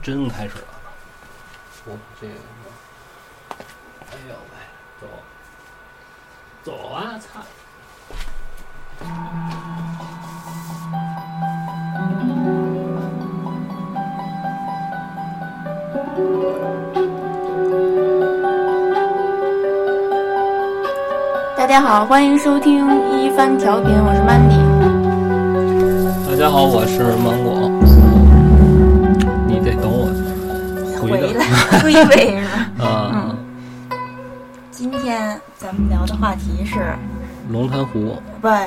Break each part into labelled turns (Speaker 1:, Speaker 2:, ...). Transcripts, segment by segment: Speaker 1: 真开始了。我这个，哎呦喂，走，走啊！操！
Speaker 2: 大家好，欢迎收听一番调频，我是 Mandy。
Speaker 1: 大家好，我是芒果。你得等我回
Speaker 2: 回
Speaker 1: 的。
Speaker 2: 来归 位是吧？
Speaker 1: 啊，
Speaker 2: 今天咱们聊的话题是
Speaker 1: 龙潭湖。
Speaker 2: 不呃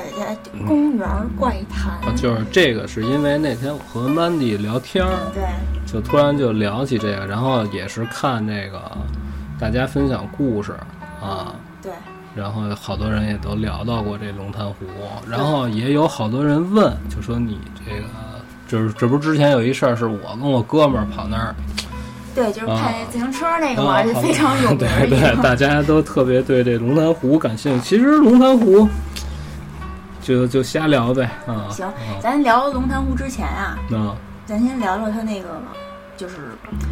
Speaker 2: 公园怪谈。
Speaker 1: 啊，就是这个，是因为那天我和 Mandy 聊天儿，
Speaker 2: 对，
Speaker 1: 就突然就聊起这个，然后也是看这个大家分享故事啊，
Speaker 2: 对，
Speaker 1: 然后好多人也都聊到过这龙潭湖，然后也有好多人问，就说你这个，就是这不是之前有一事儿，是我跟我哥们儿跑那儿，
Speaker 2: 对，就是开
Speaker 1: 啊
Speaker 2: 自行车那个
Speaker 1: 啊
Speaker 2: 嘛，哎是非常 有名
Speaker 1: 对
Speaker 2: 的一
Speaker 1: 对，
Speaker 2: 个。
Speaker 1: 大家都特别对这龙潭湖感兴趣。其实龙潭湖就就瞎聊呗啊，
Speaker 2: 行
Speaker 1: 啊，
Speaker 2: 咱聊龙潭湖之前啊，
Speaker 1: 那
Speaker 2: 咱先聊聊它那个，就是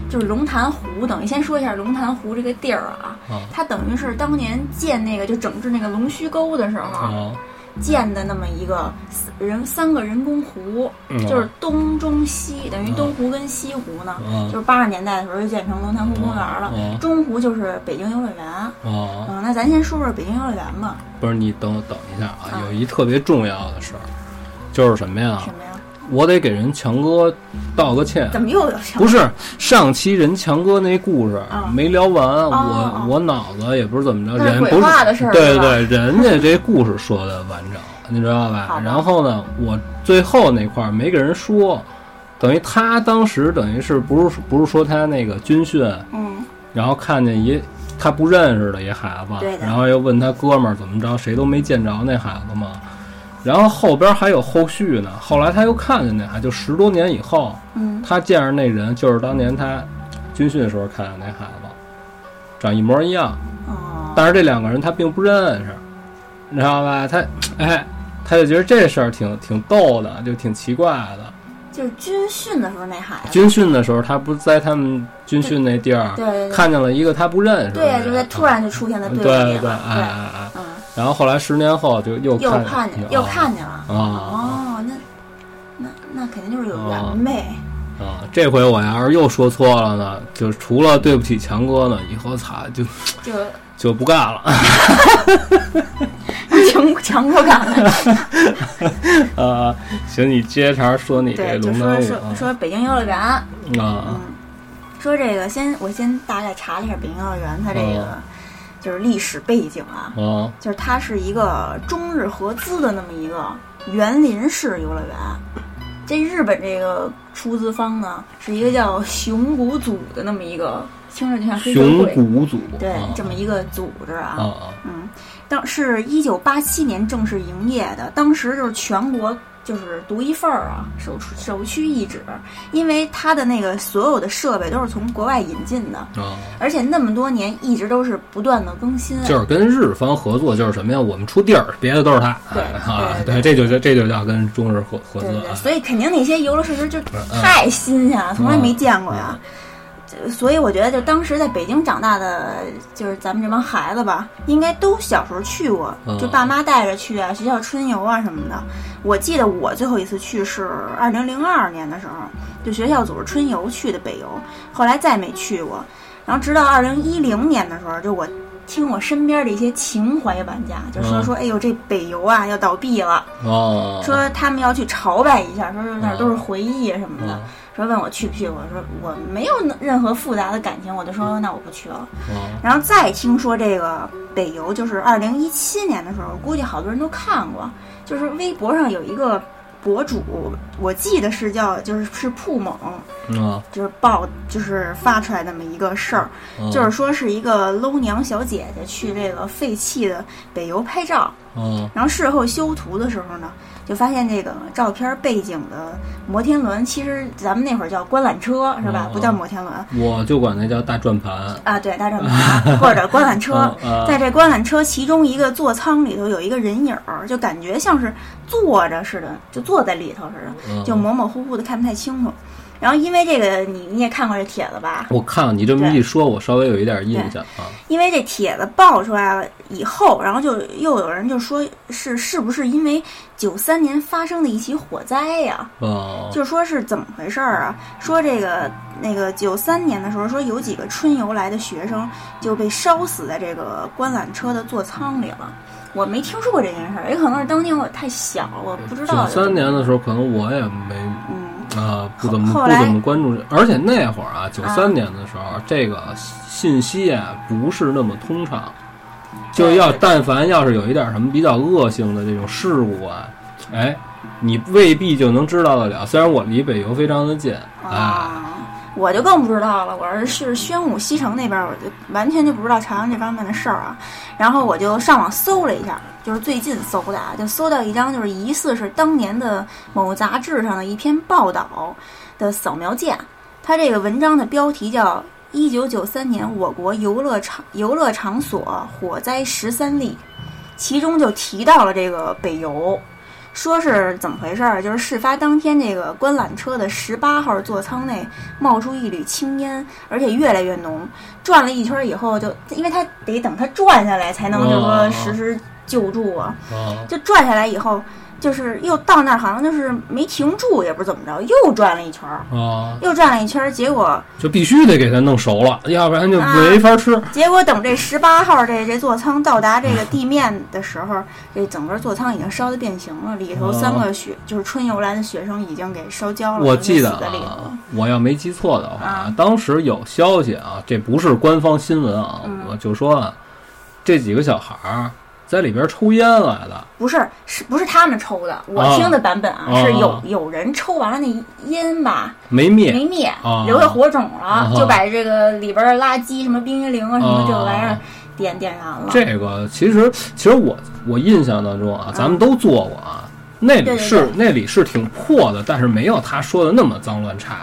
Speaker 2: 就是龙潭湖。等于先说一下龙潭湖这个地儿啊，
Speaker 1: 啊
Speaker 2: 它等于是当年建那个就整治那个龙须沟的时候，
Speaker 1: 啊，
Speaker 2: 建的那么一个四人三个人工湖，
Speaker 1: 嗯
Speaker 2: 就是东中西，等于
Speaker 1: 嗯
Speaker 2: 东湖跟西湖呢，
Speaker 1: 嗯
Speaker 2: 就是八十年代的时候就建成龙潭湖公园了。
Speaker 1: 嗯
Speaker 2: 中湖就是北京游乐园。
Speaker 1: 啊，
Speaker 2: 嗯，那咱先说说北京游乐园吧。
Speaker 1: 不是你等等一下啊
Speaker 2: 啊，
Speaker 1: 有一特别重要的事儿，就是什么呀？
Speaker 2: 什么呀？
Speaker 1: 我得给人强哥道个歉。
Speaker 2: 怎么又有什么
Speaker 1: 不是上期人强哥那故事
Speaker 2: 啊
Speaker 1: 没聊完，
Speaker 2: 哦
Speaker 1: 我我脑子也不是怎么着，
Speaker 2: 那是
Speaker 1: 人
Speaker 2: 鬼
Speaker 1: 不
Speaker 2: 话的事儿
Speaker 1: 对
Speaker 2: 是吧
Speaker 1: 对，人家这故事说的完整， 你知道
Speaker 2: 好
Speaker 1: 吧
Speaker 2: 吧？
Speaker 1: 然后呢，我最后那块儿没给人说，等于他当时等于是不是不是说他那个军训，
Speaker 2: 嗯，
Speaker 1: 然后看见一他不认识的一孩子
Speaker 2: 对，的
Speaker 1: 然后又问他哥们儿怎么着，谁都没见着那孩子嘛。然后后边还有后续呢，后来他又看见那孩子，就十多年以后，
Speaker 2: 嗯
Speaker 1: 他见着那人就是当年他军训的时候看见那孩子，长一模一样，
Speaker 2: 哦，
Speaker 1: 但是这两个人他并不认识，你知道吧？他哎，他就觉得这事儿挺挺逗的，就挺奇怪的。
Speaker 2: 就是军训的时候那孩子。
Speaker 1: 军训的时候，他不是在他们军训那地儿
Speaker 2: 对对对
Speaker 1: 看见了一个他不认识的
Speaker 2: 对，
Speaker 1: 人，
Speaker 2: 就是突然就出现在
Speaker 1: 对
Speaker 2: 队伍里
Speaker 1: 对，
Speaker 2: 了。
Speaker 1: 哎哎哎，
Speaker 2: 对，嗯，
Speaker 1: 然后后来十年后就又
Speaker 2: 又
Speaker 1: 看
Speaker 2: 看见又看见了。
Speaker 1: 啊
Speaker 2: 哦，那那那肯定就是有
Speaker 1: 啊
Speaker 2: 缘呗。
Speaker 1: 啊啊！这回我要是又说错了呢，就除了对不起强哥呢，以后操就
Speaker 2: 就
Speaker 1: 就不干了
Speaker 2: 强 强迫感了。
Speaker 1: 啊！行，你接茬说你这
Speaker 2: 对，就
Speaker 1: 龙啊
Speaker 2: 说
Speaker 1: 潭
Speaker 2: 说
Speaker 1: 虎
Speaker 2: 说北京游乐园。
Speaker 1: 啊啊
Speaker 2: 嗯，说这个先我先大概查了一下北京幼儿园，它这个、
Speaker 1: 哦
Speaker 2: 就是历史背景啊，
Speaker 1: 啊
Speaker 2: 就是它是一个中日合资的那么一个园林式游乐园。这日本这个出资方呢，是一个叫熊谷组的那么一个，听着就像黑社
Speaker 1: 熊
Speaker 2: 会，
Speaker 1: 谷组
Speaker 2: 对，
Speaker 1: 啊
Speaker 2: 这么一个组织啊。
Speaker 1: 啊啊
Speaker 2: 嗯，当是一九八七年正式营业的，当时就是全国就是独一份儿啊，首出首屈一指，因为它的那个所有的设备都是从国外引进的，
Speaker 1: 啊！
Speaker 2: 而且那么多年一直都是不断的更新。啊
Speaker 1: 就是跟日方合作，就是什么呀？我们出地儿，别的都是他
Speaker 2: 对
Speaker 1: 啊，
Speaker 2: 对
Speaker 1: 对，这就叫这就叫跟中日合合
Speaker 2: 对
Speaker 1: 资
Speaker 2: 对对，
Speaker 1: 啊
Speaker 2: 所以肯定那些游乐设施就
Speaker 1: 嗯
Speaker 2: 太新鲜了，从来没见过呀。这所以我觉得，就当时在北京长大的，就是咱们这帮孩子吧，应该都小时候去过，
Speaker 1: 嗯
Speaker 2: 就爸妈带着去啊，学校春游啊什么的。我记得我最后一次去是二零零二年的时候，就学校组织春游去的北游，后来再没去过。然后直到二零一零年的时候，就我听我身边的一些情怀玩家就说
Speaker 1: 嗯
Speaker 2: 说，哎呦，这北游啊要倒闭了，
Speaker 1: 啊，
Speaker 2: 说他们要去朝拜一下，说是那儿都是回忆什么的
Speaker 1: 啊，
Speaker 2: 说问我去不去，我说我没有任何复杂的感情，我就说那我不去了。
Speaker 1: 啊
Speaker 2: 然后再听说这个北邮，就是二零一七年的时候，估计好多人都看过，就是微博上有一个博主，我记得是叫就是是铺猛，
Speaker 1: 啊
Speaker 2: 就是爆就是发出来那么一个事儿，
Speaker 1: 啊，
Speaker 2: 就是说是一个搂娘小姐姐去这个废弃的北邮拍照，
Speaker 1: 啊
Speaker 2: 然后事后修图的时候呢，就发现这个照片背景的摩天轮，其实咱们那会儿叫观览车是吧
Speaker 1: 嗯？嗯
Speaker 2: 不叫摩天轮
Speaker 1: 我就管那叫大转盘。
Speaker 2: 啊，对，大转盘或者观览车。
Speaker 1: 嗯啊
Speaker 2: 在这观览车其中一个座舱里头有一个人影儿，就感觉像是坐着似的，就坐在里头似的，
Speaker 1: 嗯
Speaker 2: 就模模糊糊的看不太清楚。然后因为这个，你你也看过这帖子吧？
Speaker 1: 我看了你这么一说，我稍微有一点印象啊。
Speaker 2: 因为这帖子爆出来了以后，然后就又有人就说是是不是因为九三年发生的一起火灾呀、
Speaker 1: 哦，
Speaker 2: 就说是怎么回事儿啊？说这个那个九三年的时候，说有几个春游来的学生就被烧死在这个观览车的座舱里了。我没听说过这件事儿，也可能是当年我太小，我不知道
Speaker 1: 九
Speaker 2: 有。
Speaker 1: 三年的时候，可能我也没
Speaker 2: 嗯，
Speaker 1: 啊、不怎么
Speaker 2: 后
Speaker 1: 不
Speaker 2: 后来
Speaker 1: 怎么关注这，而且那会儿啊，九三年的时候，这个信息啊不是那么通畅，就要但凡要是有一点什么比较恶性的这种事故啊，哎，你未必就能知道得了。虽然我离北邮非常的近，哎，
Speaker 2: 啊，我就更不知道了。我是是宣武西城那边儿，我就完全就不知道朝阳这方面的事儿啊。然后我就上网搜了一下，就是最近搜的，啊，就搜到一张就是疑似是当年的某杂志上的一篇报道的扫描件。它这个文章的标题叫《一九九三年我国游乐场游乐场所火灾十三例》，其中就提到了这个北邮。说是怎么回事儿？就是事发当天，这个观览车的十八号座舱内冒出一缕青烟，而且越来越浓。转了一圈儿以后就，因为它得等它转下来才能就
Speaker 1: 哦
Speaker 2: 说实施救助啊。
Speaker 1: 啊，
Speaker 2: 就转下来以后，就是又到那儿，好像就是没停住，也不是怎么着，又转了一圈儿，
Speaker 1: 啊，
Speaker 2: 又转了一圈儿，结果
Speaker 1: 就必须得给它弄熟了，要不然就
Speaker 2: 啊
Speaker 1: 没法吃。
Speaker 2: 结果等这十八号这这座舱到达这个地面的时候，这整个座舱已经烧得变形了，里头三个学、就是春游来的学生已经给烧焦了，
Speaker 1: 我记得
Speaker 2: 都死在里头
Speaker 1: 啊
Speaker 2: 了。，
Speaker 1: 我要没记错的话，
Speaker 2: 啊
Speaker 1: 当时有消息啊，这不是官方新闻啊，
Speaker 2: 嗯
Speaker 1: 我就说啊，这几个小孩儿在里边抽烟来的，
Speaker 2: 不是，是不是他们抽的？我
Speaker 1: 啊
Speaker 2: 听的版本啊，
Speaker 1: 啊
Speaker 2: 是有
Speaker 1: 啊
Speaker 2: 有人抽完了那烟吧，
Speaker 1: 没灭
Speaker 2: 没灭，
Speaker 1: 啊
Speaker 2: 留下火种了，
Speaker 1: 啊
Speaker 2: 就把这个里边儿垃圾什么冰激凌啊什么这个玩意儿
Speaker 1: 啊
Speaker 2: 点点燃了。
Speaker 1: 这个。其实，其实我我印象当中啊，咱们都做过啊，那
Speaker 2: 嗯对
Speaker 1: 里
Speaker 2: 对
Speaker 1: 是那里是挺破的，但是没有他说的那么脏乱差。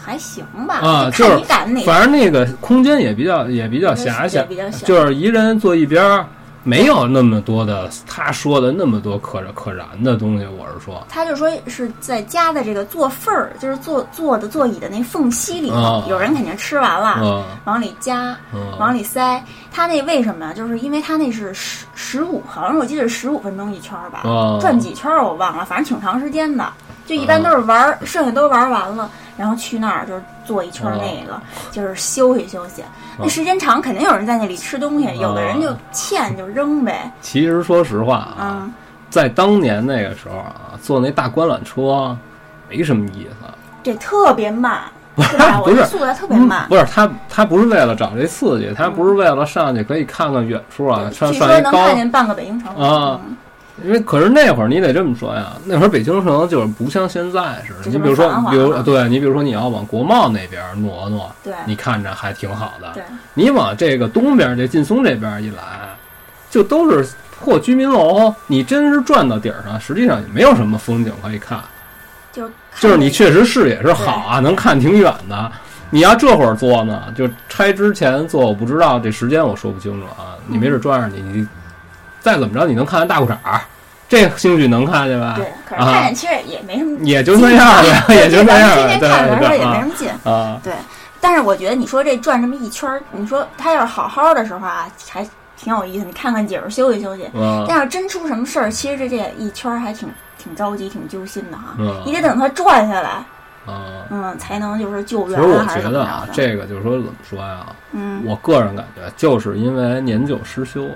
Speaker 2: 还行吧，
Speaker 1: 啊就
Speaker 2: 就
Speaker 1: 是
Speaker 2: 看你赶哪个。
Speaker 1: 反正那个空间也比较也比较狭
Speaker 2: 对
Speaker 1: 小，
Speaker 2: 比较小
Speaker 1: 就是一人坐一边儿，没有那么多的他说的那么多可可燃的东西。我是说，
Speaker 2: 他就说是在夹在这个座缝儿，就是坐坐的座椅的那缝隙里头，
Speaker 1: 啊
Speaker 2: 有人肯定吃完了，
Speaker 1: 嗯
Speaker 2: 往里夹，
Speaker 1: 嗯
Speaker 2: 往里塞。他那为什么呀？就是因为他那是十十五，好像是我记得是十五分钟一圈儿吧，
Speaker 1: 啊
Speaker 2: 转几圈儿我忘了，反正挺长时间的。就一般都是玩儿，剩下都玩儿完了，然后去那儿就是坐一圈儿那
Speaker 1: 啊
Speaker 2: 个，就是休息休息。那时间长，肯定有人在那里吃东西，
Speaker 1: 啊
Speaker 2: 有的人就欠就扔呗，
Speaker 1: 其实说实话啊，
Speaker 2: 嗯，
Speaker 1: 在当年那个时候啊，坐那大观览车没什么意思。
Speaker 2: 这特别慢，是 吧？我
Speaker 1: 不是
Speaker 2: 这速度还特别慢。
Speaker 1: 嗯不是他，他不是为了找这刺激，他不是为了上去可以看看远处啊，上
Speaker 2: 据说
Speaker 1: 上一
Speaker 2: 能
Speaker 1: 高。
Speaker 2: 看见半个北京城
Speaker 1: 啊
Speaker 2: 嗯
Speaker 1: 因为可是那会儿你得这么说呀，那会儿北京城就是不像现在似的。
Speaker 2: 就
Speaker 1: 你
Speaker 2: 这么
Speaker 1: 比如说
Speaker 2: 繁，华
Speaker 1: 比如
Speaker 2: 了
Speaker 1: 对你比如说你要往国贸那边挪挪，
Speaker 2: 对
Speaker 1: 你看着还挺好的
Speaker 2: 对。
Speaker 1: 你往这个东边这劲松这边一来，就都是破居民楼。你真是转到顶儿上，实际上也没有什么风景可以看。
Speaker 2: 就是
Speaker 1: 就是你确实视野是好啊，能看挺远的。你要这会儿做呢，就拆之前做，我不知道这时间我说不清楚啊。你没准撞上你，你再怎么着你能看见大裤衩儿，这兴许能看见吧
Speaker 2: 对？，可是看
Speaker 1: 啊
Speaker 2: 见，其实也没什么，
Speaker 1: 也就那样呗，也就那样呗，
Speaker 2: 咱们天天看的时候
Speaker 1: 对
Speaker 2: 也没什
Speaker 1: 对
Speaker 2: 么劲。
Speaker 1: 啊啊，
Speaker 2: 对，但是我觉得你说这转这么一圈儿，你说他要是好好的时候啊，还挺有意思。你看看景儿，休息休息。
Speaker 1: 嗯
Speaker 2: 但要真出什么事儿，其实这这一圈儿还挺挺着急、挺揪心的哈。
Speaker 1: 嗯
Speaker 2: 你得等它转下来，
Speaker 1: 啊。
Speaker 2: 嗯，才能就是救
Speaker 1: 其
Speaker 2: 援
Speaker 1: 实我
Speaker 2: 啊还是
Speaker 1: 觉
Speaker 2: 怎么
Speaker 1: 得啊
Speaker 2: 着，的。
Speaker 1: 这个就是说怎么说呀？
Speaker 2: 嗯，
Speaker 1: 我个人感觉就是因为年久失修，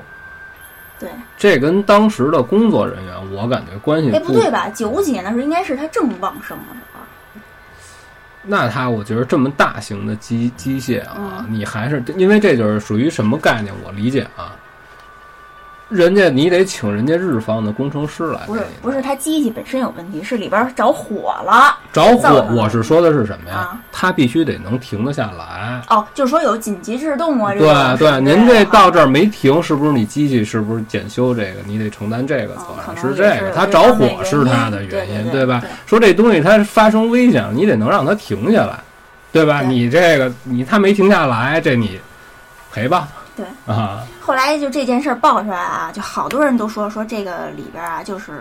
Speaker 2: 对。
Speaker 1: 这跟当时的工作人员我感觉关系
Speaker 2: 哎，不对吧？九几年的时候，应该是它正旺盛的时候。
Speaker 1: 那它，我觉得这么大型的机机械
Speaker 2: 嗯
Speaker 1: 啊，你还是因为这就是属于什么概念？我理解啊，人家你得请人家日方的工程师来给
Speaker 2: 不
Speaker 1: 你
Speaker 2: 是
Speaker 1: 弄，
Speaker 2: 不是，它机器本身有问题，是里边儿着火了。
Speaker 1: 着
Speaker 2: 造
Speaker 1: 火
Speaker 2: 成。的
Speaker 1: 我是说的是什么呀
Speaker 2: 啊？
Speaker 1: 它必须得能停得下来。
Speaker 2: 哦，就是说有紧急制动啊，这
Speaker 1: 对
Speaker 2: 种
Speaker 1: 对，
Speaker 2: 是不是
Speaker 1: 您这到这儿没停，是不是你机器是不是检修这个，你得承担这个责
Speaker 2: 哦可
Speaker 1: 任？
Speaker 2: 能
Speaker 1: 是
Speaker 2: 也
Speaker 1: 这个，
Speaker 2: 是
Speaker 1: 它
Speaker 2: 有
Speaker 1: 着
Speaker 2: 这方
Speaker 1: 火
Speaker 2: 面原
Speaker 1: 是它
Speaker 2: 因
Speaker 1: 的
Speaker 2: 对
Speaker 1: 原
Speaker 2: 对
Speaker 1: 因，
Speaker 2: 对
Speaker 1: 吧
Speaker 2: 对？
Speaker 1: 说这东西它发生危险，了，你得能让它停下来，对吧？
Speaker 2: 对
Speaker 1: 你这个你它没停下来，这你赔吧
Speaker 2: 对。
Speaker 1: 啊，
Speaker 2: 后来就这件事儿爆出来啊，就好多人都说说这个里边儿啊就是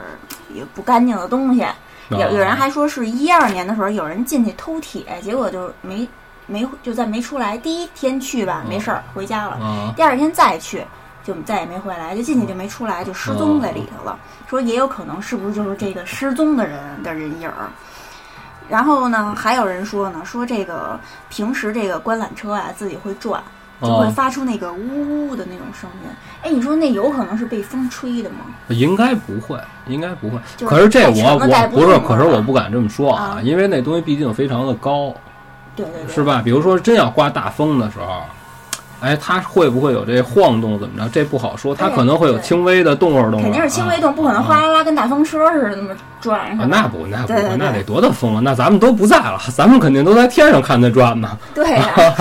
Speaker 2: 有不干净的东西，有有
Speaker 1: 哦
Speaker 2: 人还说是一二年的时候有人进去偷铁，结果就没没就再没出来。第一天去吧，
Speaker 1: 哦
Speaker 2: 没事儿，回家了。
Speaker 1: 啊，
Speaker 2: 第二天再去，就再也没回来，就进
Speaker 1: 嗯
Speaker 2: 去就没出来，就失踪在里
Speaker 1: 哦
Speaker 2: 头了。说也有可能是不是就是这个失踪的人的人影儿。然后呢，还有人说呢，说这个平时这个观览车啊自己会转，就会
Speaker 1: 啊，
Speaker 2: 发出那个呜呜的那种声音。哎，你说那有可能是被风吹的吗？
Speaker 1: 应该不会，应该不会。
Speaker 2: 就是
Speaker 1: 可是这
Speaker 2: 太沉
Speaker 1: 我
Speaker 2: 了带
Speaker 1: 我
Speaker 2: 不
Speaker 1: 不是，
Speaker 2: 动
Speaker 1: 可是
Speaker 2: 了
Speaker 1: 我不敢这么说啊
Speaker 2: 啊，
Speaker 1: 因为那东西毕竟非常的高，
Speaker 2: 对对对，
Speaker 1: 是吧？比如说真要刮大风的时候，哎，它会不会有这晃动怎么着？这不好说，它
Speaker 2: 对
Speaker 1: 可能会有
Speaker 2: 对
Speaker 1: 轻微的动会儿动会儿，
Speaker 2: 肯定是轻微动，
Speaker 1: 啊
Speaker 2: 不可能哗啦啦跟大风车似的那么转
Speaker 1: 啊，
Speaker 2: 上。
Speaker 1: 那不那不
Speaker 2: 嗯对对
Speaker 1: 会，那
Speaker 2: 对
Speaker 1: 得多大风啊！那咱们都不在了，咱们肯定都在天上看它转呢。啊
Speaker 2: 对 呀、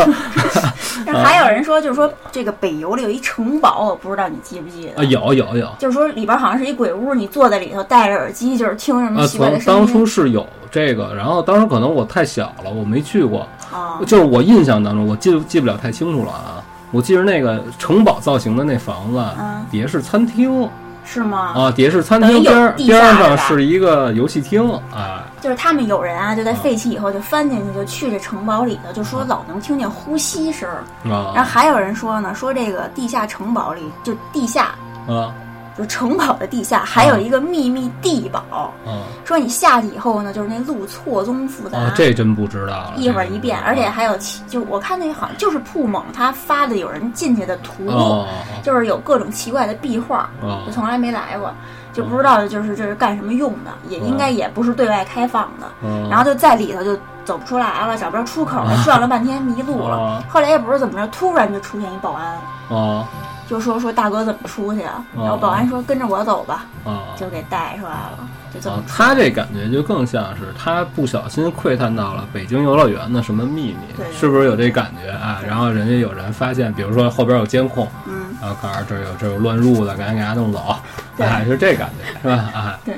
Speaker 2: 但还有人说，就是说这个北邮里有一城堡，我不知道你记不记得。
Speaker 1: 啊，有有有
Speaker 2: 就是说里边好像是一鬼屋，你坐在里头戴着耳机，就是听什么
Speaker 1: 啊，
Speaker 2: 嗯奇怪
Speaker 1: 从
Speaker 2: 的声音。
Speaker 1: 当初是有这个，然后当时可能我太小了，我没去过，
Speaker 2: 啊、
Speaker 1: 就是我印象当中，我记记不了太清楚了啊。我记着那个城堡造型的那房子，
Speaker 2: 嗯，
Speaker 1: 底下是餐厅
Speaker 2: 是吗？
Speaker 1: 啊，底下是餐
Speaker 2: 等于
Speaker 1: 厅
Speaker 2: 有
Speaker 1: 边儿
Speaker 2: 地
Speaker 1: 边
Speaker 2: 下
Speaker 1: 儿
Speaker 2: 是吧
Speaker 1: 上是一个游戏厅啊，
Speaker 2: 就是他们有人啊，就在废弃以后就翻进去，就去这城堡里头，就说老能听见呼吸声儿。然
Speaker 1: 啊
Speaker 2: 后还有人说呢，说这个地下城堡里就地下。
Speaker 1: 啊
Speaker 2: 就城堡的地下还有一个秘密地堡，
Speaker 1: 啊
Speaker 2: 说你下去以后呢，就是那路错综复杂，
Speaker 1: 啊！这嗯真不知道了，
Speaker 2: 一会儿
Speaker 1: 这
Speaker 2: 一
Speaker 1: 真不
Speaker 2: 变，
Speaker 1: 知道
Speaker 2: 而且还有其，就我看那好像就是铺猛他发的有人进去的图，
Speaker 1: 哦
Speaker 2: 就是有各种奇怪的壁画，
Speaker 1: 哦
Speaker 2: 就从来没来过，就不知道就是这是干什么用
Speaker 1: 啊
Speaker 2: 的，也应该也不是对外开放的。
Speaker 1: 哦，
Speaker 2: 然后就在里头就走不出来了，找不着出口
Speaker 1: 啊
Speaker 2: 了，转了半天迷路了
Speaker 1: 哦。
Speaker 2: 后来也不知道怎么着，突然就出现一保安，
Speaker 1: 哦
Speaker 2: 就说说大哥怎么出去啊？
Speaker 1: 哦
Speaker 2: 然后保安说跟着我走吧，
Speaker 1: 哦
Speaker 2: 就给带出来了，就这么
Speaker 1: 啊，
Speaker 2: 出
Speaker 1: 他这感觉就更像是他不小心窥探到了北京游乐园的什么秘密
Speaker 2: 对，
Speaker 1: 是不是有这感觉啊？然后人家有人发现，比如说后边有监控，
Speaker 2: 嗯，
Speaker 1: 然后告诉这儿有这儿有乱入的，赶紧给他弄走，
Speaker 2: 对
Speaker 1: 哎，是这感觉是吧？哎，
Speaker 2: 对。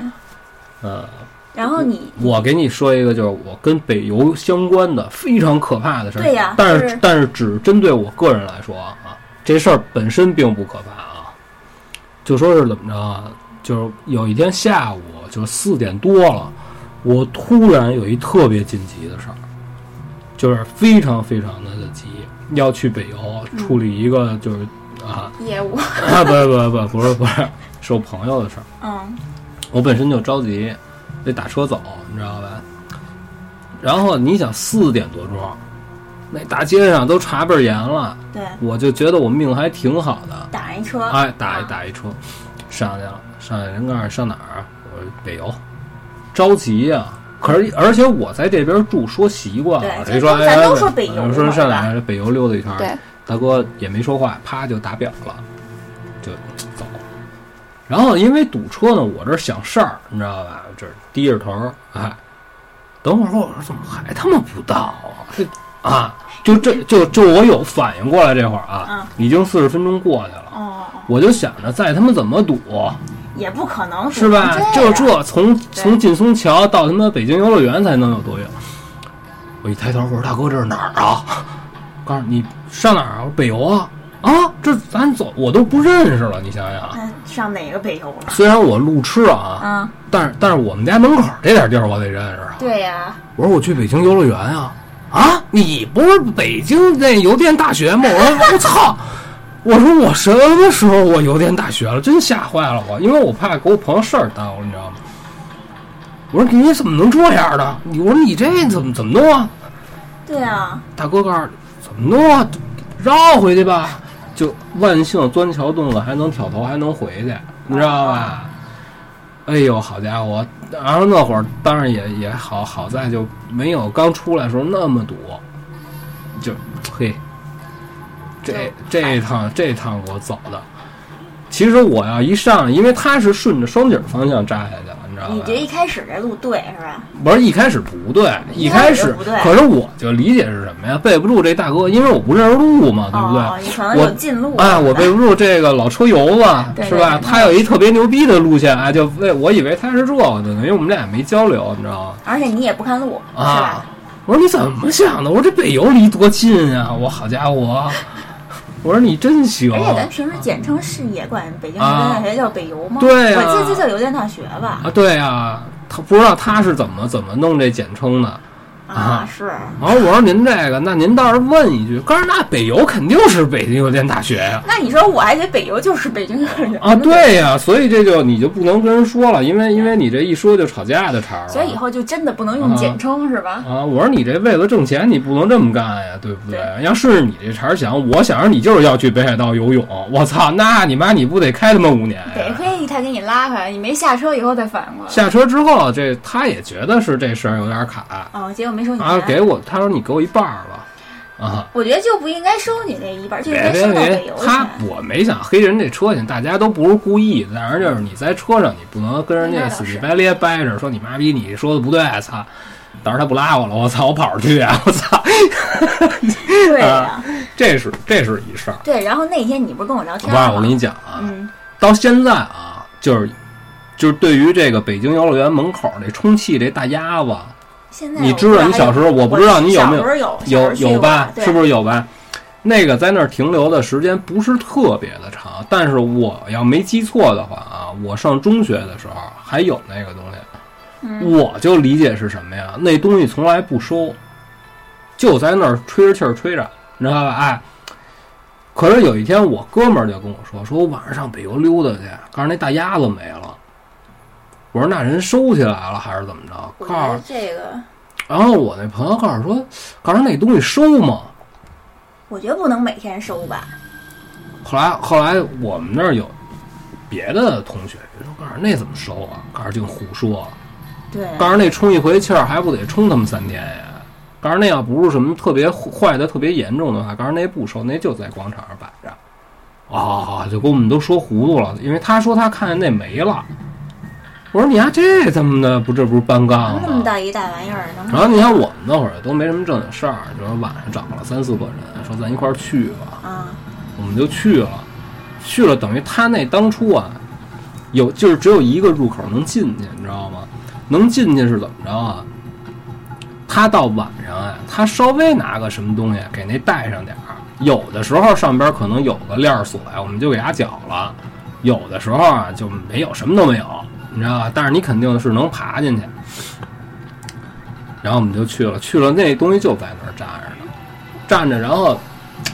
Speaker 1: 嗯，
Speaker 2: 然后你
Speaker 1: 我给你说一个，就是我跟北邮相关的非常可怕的事儿，
Speaker 2: 对呀
Speaker 1: 但
Speaker 2: 是
Speaker 1: 是但是只针对我个人来说啊，这事儿本身并不可怕啊，就说是怎么着啊，就是有一天下午，就是四点多了，我突然有一特别紧急的事儿，就是非常非常的急，要去北邮处理一个就是、啊
Speaker 2: 业务，
Speaker 1: 啊，不是不是不是不是不是，是我朋友的事儿。
Speaker 2: 嗯
Speaker 1: 我本身就着急，得打车走，你知道吧？然后你想四点多钟，那大街上都查倍儿严了，
Speaker 2: 对，
Speaker 1: 我就觉得我命还挺好的，
Speaker 2: 打上一车，
Speaker 1: 哎，打一
Speaker 2: 啊
Speaker 1: 打一车，上去了，上去人告诉你上哪儿啊？我说北邮，着急呀、可是，而且我在这边住，说习惯了。
Speaker 2: 对
Speaker 1: 谁说
Speaker 2: 咱
Speaker 1: 哎，
Speaker 2: 咱都
Speaker 1: 哎
Speaker 2: 说北邮
Speaker 1: 我说上哪
Speaker 2: 嘛
Speaker 1: 儿？啊北邮溜达一圈儿。
Speaker 2: 对，
Speaker 1: 大哥也没说话，啪就打表了，就走。然后因为堵车呢，我这儿想事儿，你知道吧？这儿低着头儿，哎，等会儿说我说怎么还他妈不到啊？这啊，就这就就我有反应过来这会儿啊，已经四十分钟过去了，
Speaker 2: 嗯哦，
Speaker 1: 我就想着再他妈怎么堵，
Speaker 2: 也不可能
Speaker 1: 是吧？
Speaker 2: 就
Speaker 1: 就这从从劲松桥到他妈北京游乐园才能有多远？我一抬头，我说大哥这是哪儿啊？ 告诉你上哪儿啊？我说北邮啊啊！这咱走我都不认识了，你想想。
Speaker 2: 那哎上哪个北邮了？
Speaker 1: 虽然我路痴啊，
Speaker 2: 啊，
Speaker 1: 但是但是我们家门口这点地儿我得认识啊。
Speaker 2: 对呀、
Speaker 1: 我说我去北京游乐园啊啊！你不是北京那邮电大学吗？我说我操！我说我什么时候我邮电大学了？真吓坏了我，因为我怕给我朋友事儿耽误，你知道吗？我说你怎么能这样呢？你我说你这怎么怎么弄啊？
Speaker 2: 对啊呀、
Speaker 1: 大哥告诉你怎么弄啊？绕回去吧。就万幸钻桥洞了，还能挑头，还能回去，你知道吧？哎呦，好家伙！然后那会儿当然也也好好在就没有刚出来的时候那么堵，就嘿，这这一趟这一趟给我走的。其实我要一上来，因为他是顺着双井方向扎下去了，你知道吧？
Speaker 2: 你这一开始这路对是吧？
Speaker 1: 不是一开始不对，
Speaker 2: 一
Speaker 1: 一
Speaker 2: 开
Speaker 1: 开
Speaker 2: 始
Speaker 1: 始
Speaker 2: 不对
Speaker 1: 可是我就理解是什么呀？背不住这大哥，因为我不认识路嘛，对不对？
Speaker 2: 哦，你可能有近路
Speaker 1: 哎，我背不住这个老车油
Speaker 2: 对
Speaker 1: 子，是
Speaker 2: 对
Speaker 1: 吧？
Speaker 2: 对
Speaker 1: 他有一特别牛逼的路线，哎，就为我以为他是这个的，因为我们俩也没交流，你知道吗？
Speaker 2: 而且你也不看路，是
Speaker 1: 啊
Speaker 2: 吧？，
Speaker 1: 我说你怎么想的？我说这北邮离多近啊！我好家伙， 我说你真行
Speaker 2: 而，且咱平时简称是也管北京邮电大学叫北邮吗？
Speaker 1: 啊对呀啊
Speaker 2: 我记得这叫邮电大学吧？
Speaker 1: 啊，对啊，他不知道他是怎么怎么弄这简称的。啊
Speaker 3: 啊，是
Speaker 1: 然后我说您这个，那您倒是问一句，告诉那北邮肯定是北京邮电大学呀、
Speaker 3: 那你说我还觉得北邮就是北京客人
Speaker 1: 啊，，对呀、所以这就你就不能跟人说了，因为因为你这一说就吵架的茬儿了。
Speaker 2: 所以以后就真的不能用简称是吧？
Speaker 1: 啊，我说你这为了挣钱，你不能这么干呀，对不对？要是你这茬儿想，我想着你就是要去北海道游泳，我操，那你妈你不得开他妈五年
Speaker 2: 得
Speaker 1: 呀？
Speaker 2: 亏他给你拉回来，你没下车以后再反过
Speaker 1: 啊
Speaker 2: 来。
Speaker 1: 下车之后，这他也觉得是这事儿有点卡
Speaker 2: 哦，结果没收你
Speaker 1: 啊，
Speaker 2: 钱。
Speaker 1: 给我他说你给我一半儿吧，啊，
Speaker 2: 我觉得就不应该收你那一半，就应
Speaker 1: 别
Speaker 2: 该收
Speaker 1: 别
Speaker 2: 到北
Speaker 1: 别
Speaker 2: 邮，
Speaker 1: 他
Speaker 2: 钱。
Speaker 1: 我没想黑人这车钱，大家都不是故意的，但是就是你在车上，你不能跟人
Speaker 2: 那
Speaker 1: 家
Speaker 2: 倒
Speaker 1: 死乞
Speaker 2: 是
Speaker 1: 白咧掰着说你妈逼你说的不对，操！到时候他不拉我了，我操，我跑着去啊，我操！
Speaker 2: 对呀、
Speaker 1: 啊这是这是一事儿。
Speaker 2: 对。然后那天你不是跟我聊
Speaker 1: 我
Speaker 2: 天
Speaker 1: 爸，
Speaker 2: 吗？
Speaker 1: 我跟你讲啊，
Speaker 2: 嗯，
Speaker 1: 到现在啊，就是就是对于这个北京游乐园门口那充气这大鸭子，
Speaker 2: 现在
Speaker 1: 你
Speaker 2: 我
Speaker 1: 知道
Speaker 2: 还
Speaker 1: 你小时候，我
Speaker 3: 我
Speaker 1: 不知道你有
Speaker 3: 小
Speaker 1: 没有
Speaker 3: 时候有
Speaker 1: 有
Speaker 3: 小时候去
Speaker 1: 有
Speaker 3: 过
Speaker 1: 吧？
Speaker 3: 对
Speaker 1: 是不是有吧？那个在那儿停留的时间不是特别的长，但是我要没记错的话啊，我上中学的时候还有那个东西，
Speaker 2: 嗯
Speaker 1: 我就理解是什么呀？那东西从来不收，就在那儿吹着气儿吹着，你知道吧？哎，可是有一天我哥们儿就跟我说，说我晚上上北邮溜达去，告诉那大鸭子没了。我说那人收起来了还是怎么着？
Speaker 3: 我
Speaker 1: 告
Speaker 3: 觉
Speaker 1: 诉
Speaker 3: 得这个，
Speaker 1: 然后我那朋友告诉说，告诉那东西收吗？
Speaker 3: 我觉得不能每天收吧。
Speaker 1: 后来后来我们那儿有别的同学说，告诉那怎么收啊？告诉净胡说。
Speaker 3: 对，
Speaker 1: 告诉那充一回气儿还不得充他们三天呀？告诉那要不是什么特别坏的、特别严重的话，告诉那不收，那就在广场上摆着。哦，就给我们都说糊涂了，因为他说他看见那没了。我说你丫、这怎么的？不这不是搬杠
Speaker 3: 那么
Speaker 1: 吗？
Speaker 3: 大一大玩意儿，能不
Speaker 1: 然后你看我们那会儿都没什么正经事儿，就是晚上找了三四个人，说咱一块儿去吧。
Speaker 3: 啊？
Speaker 1: 我们就去了，去了等于他那当初啊，有就是只有一个入口能进去，你知道吗？能进去是怎么着啊？他到晚上啊，他稍微拿个什么东西给那带上点儿，有的时候上边可能有个链儿锁呀，我们就给它绞了；有的时候啊就没有，什么都没有，你知道吧？但是你肯定是能爬进去。然后我们就去了，去了那东西就在那儿站着呢，站着，然后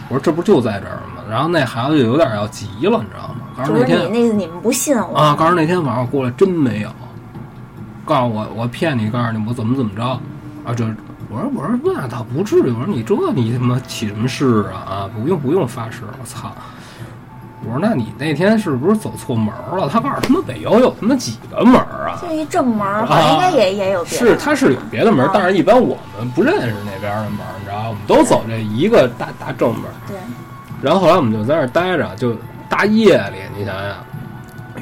Speaker 1: 我说这不就在这儿吗？然后那孩子就有点要急了，你知道吗？告诉
Speaker 3: 就是
Speaker 1: 那天
Speaker 3: 你那你们不信我
Speaker 1: 啊，告诉那天晚上我过来真没有，告诉我我骗你，告诉你我怎么怎么着啊？这我说我说那倒不至于，我说你这你他妈起什么誓啊啊？不用不用发誓，我操！我说那你那天是不是走错门儿了？他告诉他妈北邮有他妈几个门儿啊？
Speaker 2: 就一正门儿，好
Speaker 1: 啊
Speaker 2: 像应该也也有别的。
Speaker 1: 是，它是有别的门儿
Speaker 2: 啊，
Speaker 1: 但是一般我们不认识那边儿的门儿，你知道吗，我们都走这一个大大正门儿。
Speaker 2: 对，
Speaker 1: 然后后来我们就在那儿待着，就大夜里，你想想，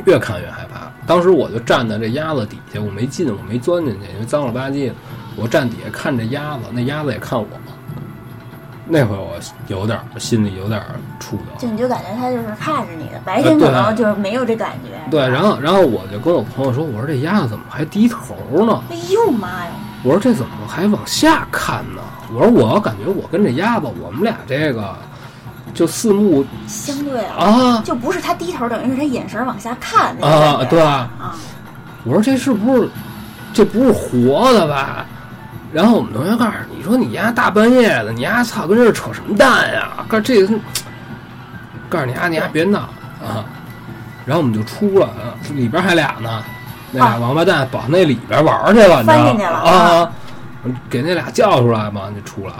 Speaker 1: 越看越害怕。当时我就站在这鸭子底下，我没进，我没钻进去，因为脏了吧唧的。我站底下看这鸭子，那鸭子也看我。那回我有点儿心里有点儿触动，
Speaker 2: 就你就感觉他就是看着你的，白天可能就是没有这感觉。
Speaker 1: 呃对，然后然后我就跟我朋友说，我说这鸭子怎么还低头呢？
Speaker 2: 哎呦妈呀！
Speaker 1: 我说这怎么还往下看呢？我说我感觉我跟这鸭子，我们俩这个就四目
Speaker 2: 相对啊，
Speaker 1: 啊
Speaker 2: 就不是他低头，等于是他眼神往下看那种
Speaker 1: 啊，
Speaker 2: 感觉
Speaker 1: 对吧？
Speaker 2: 啊，
Speaker 1: 我说这是不是这不是活的吧？然后我们同学告诉我你说你丫大半夜的，你丫操跟这儿扯什么蛋呀？告诉这个，告诉你丫你丫别闹啊！然后我们就出来了，啊里边还俩呢，那俩
Speaker 2: 啊
Speaker 1: 王八蛋跑那里边玩去了，你知
Speaker 2: 翻
Speaker 1: 道
Speaker 2: 进去
Speaker 1: 吗？
Speaker 2: 了
Speaker 1: 啊！给那俩叫出来嘛，就出来，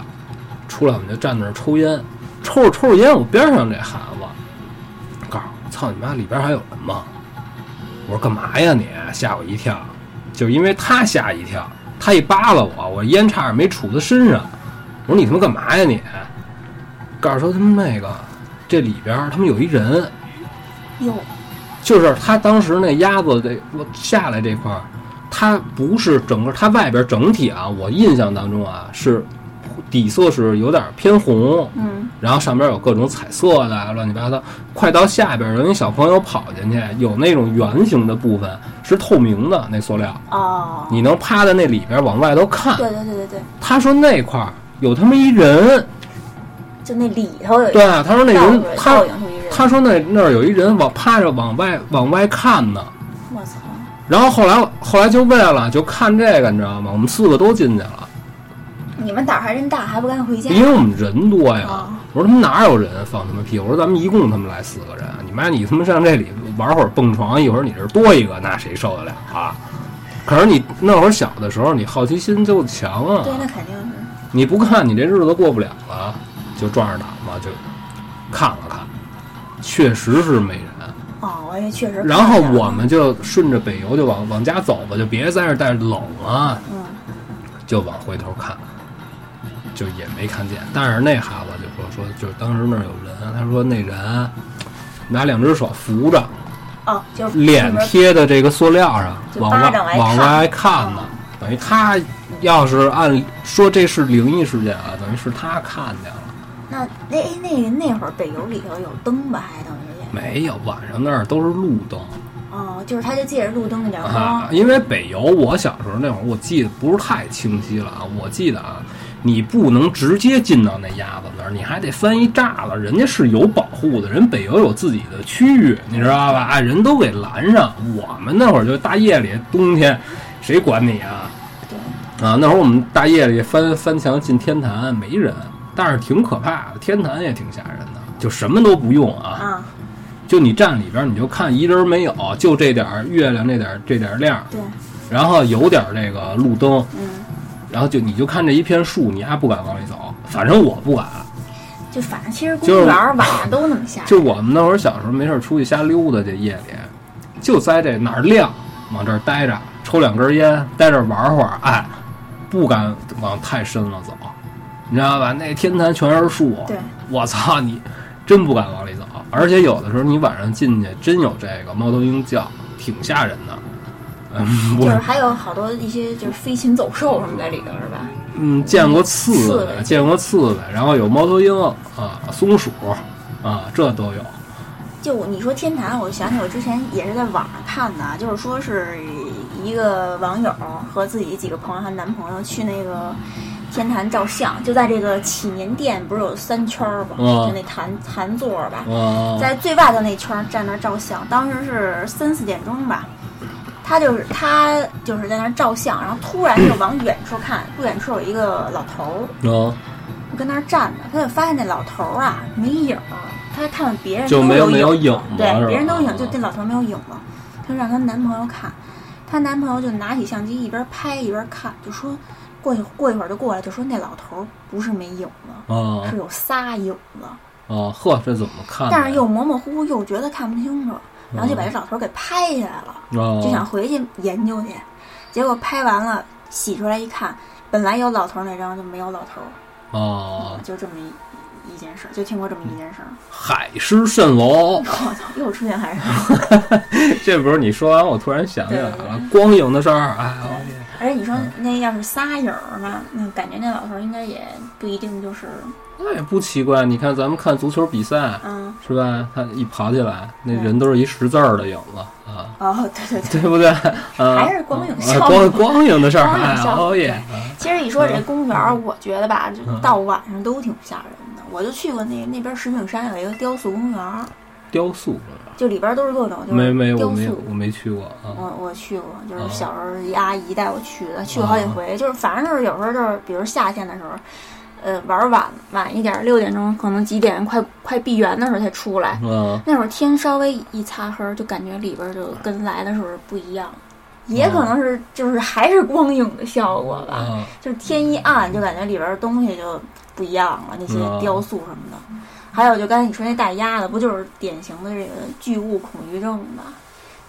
Speaker 1: 出来我们就站那儿抽烟，抽着抽着烟，我边上这孩子，告诉我操你妈里边还有人吗？我说干嘛呀你？吓我一跳，就是因为他吓一跳，他一扒拉我，我烟差点没杵他身上。我说你他妈干嘛呀你？告诉说他们那个这里边儿他们有一人，
Speaker 2: 哟，
Speaker 1: 就是他当时那鸭子这下来这块儿，它不是整个它外边整体啊，我印象当中啊是底色是有点偏红，
Speaker 2: 嗯，
Speaker 1: 然后上边有各种彩色的啊乱七八糟。快到下边有一小朋友跑进去，有那种圆形的部分是透明的那塑料，
Speaker 2: 哦，
Speaker 1: 你能趴在那里边往外头看。
Speaker 2: 对对对对对，
Speaker 1: 他说那块儿有他妈一人，
Speaker 2: 就那里头有一
Speaker 1: 对，啊他说那
Speaker 2: 倒
Speaker 1: 人
Speaker 2: 影
Speaker 1: 他
Speaker 2: 倒影出一人，
Speaker 1: 他说那那儿有一人往趴着往外往外看呢。
Speaker 2: 我操，
Speaker 1: 然后后来后来就为了就看这个，你知道吗？我们四个都进去了，
Speaker 2: 你们胆儿还真大，还不敢回家？
Speaker 1: 因为我们人多呀。
Speaker 2: 哦
Speaker 1: 我说他们哪有人放他们屁？我说咱们一共他们来四个人，你妈你他妈上这里玩会儿蹦床，一会儿你这儿多一个，那谁受得了啊？可是你那会儿小的时候，你好奇心就强啊。
Speaker 2: 对，那肯定是。
Speaker 1: 你不看，你这日子过不了了，就壮着胆嘛，就看了看，确实是没人。
Speaker 2: 哦，我也确实。
Speaker 1: 然后我，们就顺着北游就往往家走吧，就别在这儿待着冷啊，
Speaker 2: 嗯，
Speaker 1: 就往回头看，就也没看见。但是那孩子就说说，就是当时那儿有人，啊他说那人拿两只手扶着，
Speaker 2: 哦，就是
Speaker 1: 脸贴在这个塑料上，
Speaker 2: 就
Speaker 1: 往
Speaker 2: 巴
Speaker 1: 外
Speaker 2: 掌来
Speaker 1: 往
Speaker 2: 看嗯
Speaker 1: 外看呢。等于他要是按说这是灵异事件啊，等于是他看见了。
Speaker 2: 那那哎那个那会儿北邮里头有灯吧，还等于也
Speaker 1: 没有，晚上那儿都是路灯
Speaker 2: 哦，就是他就借着路灯那点儿
Speaker 1: 啊
Speaker 2: 光，，
Speaker 1: 因为北邮我小时候那会儿，我记得不是太清晰了啊，我记得啊，你不能直接进到那鸭子那儿，你还得翻一栅栏，人家是有保护的，人北邮有自己的区域，你知道吧？啊人都给拦上，我们那会儿就大夜里冬天，谁管你啊？啊，那会儿我们大夜里翻翻墙进天坛，没人，但是挺可怕的，天坛也挺吓人的，就什么都不用啊
Speaker 2: 啊，
Speaker 1: 就你站里边，儿，你就看一人没有，就这点儿月亮，这点儿这点儿亮，
Speaker 2: 对，
Speaker 1: 然后有点儿这个路灯，
Speaker 2: 嗯，
Speaker 1: 然后就你就看这一片树，你还不敢往里走，反正我不敢。
Speaker 2: 就反正其实公
Speaker 1: 就是
Speaker 2: 园儿晚上都那么吓人。
Speaker 1: 就我们那会儿小时候没事儿出去瞎溜达，这夜里就在这哪儿亮，往这儿待着，抽两根烟，待这儿玩会儿，哎，不敢往太深了走，你知道吧？那天坛全是树，
Speaker 2: 对，
Speaker 1: 我操你，真不敢往里走。而且有的时候你晚上进去，真有这个猫头鹰叫，挺吓人的。嗯，
Speaker 2: 就
Speaker 1: 我
Speaker 2: 是还有好多一些就是飞禽走兽什么在里头是吧？
Speaker 1: 嗯见过刺
Speaker 2: 刺
Speaker 1: 猬，
Speaker 2: 猬
Speaker 1: 见过刺猬，然后有猫头鹰啊、松鼠啊，这都有。
Speaker 2: 就我你说天坛，我想起我之前也是在网上看的，啊就是说是一个网友和自己几个朋友和男朋友去那个天坛照相，就在这个祈年殿不是有三圈儿吧，
Speaker 1: 嗯
Speaker 2: 就那坛坛座儿吧，
Speaker 1: 啊，
Speaker 2: 在最外头那圈儿站那儿照相，当时是三四点钟吧。他就是他就是在那儿照相，然后突然就往远处看，不远处有一个老头儿，
Speaker 1: 啊
Speaker 2: 我跟那儿站着，他就发现那老头儿啊没影儿，他看了别人
Speaker 1: 就
Speaker 2: 都
Speaker 1: 没有没有
Speaker 2: 影
Speaker 1: 影
Speaker 2: 儿，
Speaker 1: 子是吧
Speaker 2: 对，别人都有影，就这老头儿没有影了。她让她男朋友看，她男朋友就拿起相机一边拍一边看，就说过一过一会儿就过来，就说那老头儿不是没影了，
Speaker 1: 啊
Speaker 2: 是有仨影子，
Speaker 1: 啊，呵，这怎么看的呀？
Speaker 2: 但是又模模糊糊，又觉得看不清楚，哦然后就把这老头儿给拍下来了。
Speaker 1: 啊，
Speaker 2: 就想回去研究去，结果拍完了洗出来一看，本来有老头儿那张就没有老头儿，
Speaker 1: 啊，
Speaker 2: 就这么一一件事儿，就听过这么一件事儿。
Speaker 1: 海市蜃楼，
Speaker 2: 我操，又出现还是，
Speaker 1: 这不是你说完，我突然想起来
Speaker 2: 对
Speaker 1: 了，光影的事儿，哎，我
Speaker 2: 而且你说
Speaker 1: 嗯
Speaker 2: 那要是仨影儿呢，那感觉那老头儿应该也不一定就是，
Speaker 1: 那也不奇怪。你看咱们看足球比赛
Speaker 2: 嗯，
Speaker 1: 是吧？他一跑起来，那
Speaker 2: 对
Speaker 1: 人都是一识字儿的影子啊，
Speaker 2: 哦，对对对。
Speaker 1: 对不对？还
Speaker 2: 还是光影
Speaker 1: 效
Speaker 2: 效
Speaker 1: 光
Speaker 2: 果
Speaker 1: 光影的事儿，
Speaker 2: 光影
Speaker 1: 哎，
Speaker 2: 效果
Speaker 1: 哦耶，
Speaker 2: 其实一说这公园儿，我觉得吧，就
Speaker 1: 嗯
Speaker 2: 到晚上都挺吓人的。我就去过那那边石景山有一个雕塑公园儿，
Speaker 1: 雕塑
Speaker 2: 就里边儿都是各种就
Speaker 1: 没
Speaker 2: 是
Speaker 1: 没我
Speaker 2: 雕
Speaker 1: 没
Speaker 2: 塑
Speaker 1: 有我没去过啊
Speaker 2: 我我去过，就
Speaker 1: 啊
Speaker 2: 是小时候一阿姨带我去的，去过好几回。就是反正就是有时候就是，比如夏天的时候，呃，玩晚晚一点，六点钟可能几点快快闭园的时候才出来。
Speaker 1: 啊
Speaker 2: 那会儿天稍微一擦黑儿，就感觉里边就跟来的时候不一样。也可能
Speaker 1: 嗯
Speaker 2: 是就是还是光影的效果吧，
Speaker 1: 啊
Speaker 2: 就是天一暗就感觉里边儿东西就不一样了，那些
Speaker 1: 啊
Speaker 2: 雕塑什么的。还有就刚才你说那大鸭子，不就是典型的这个巨物恐惧症吗？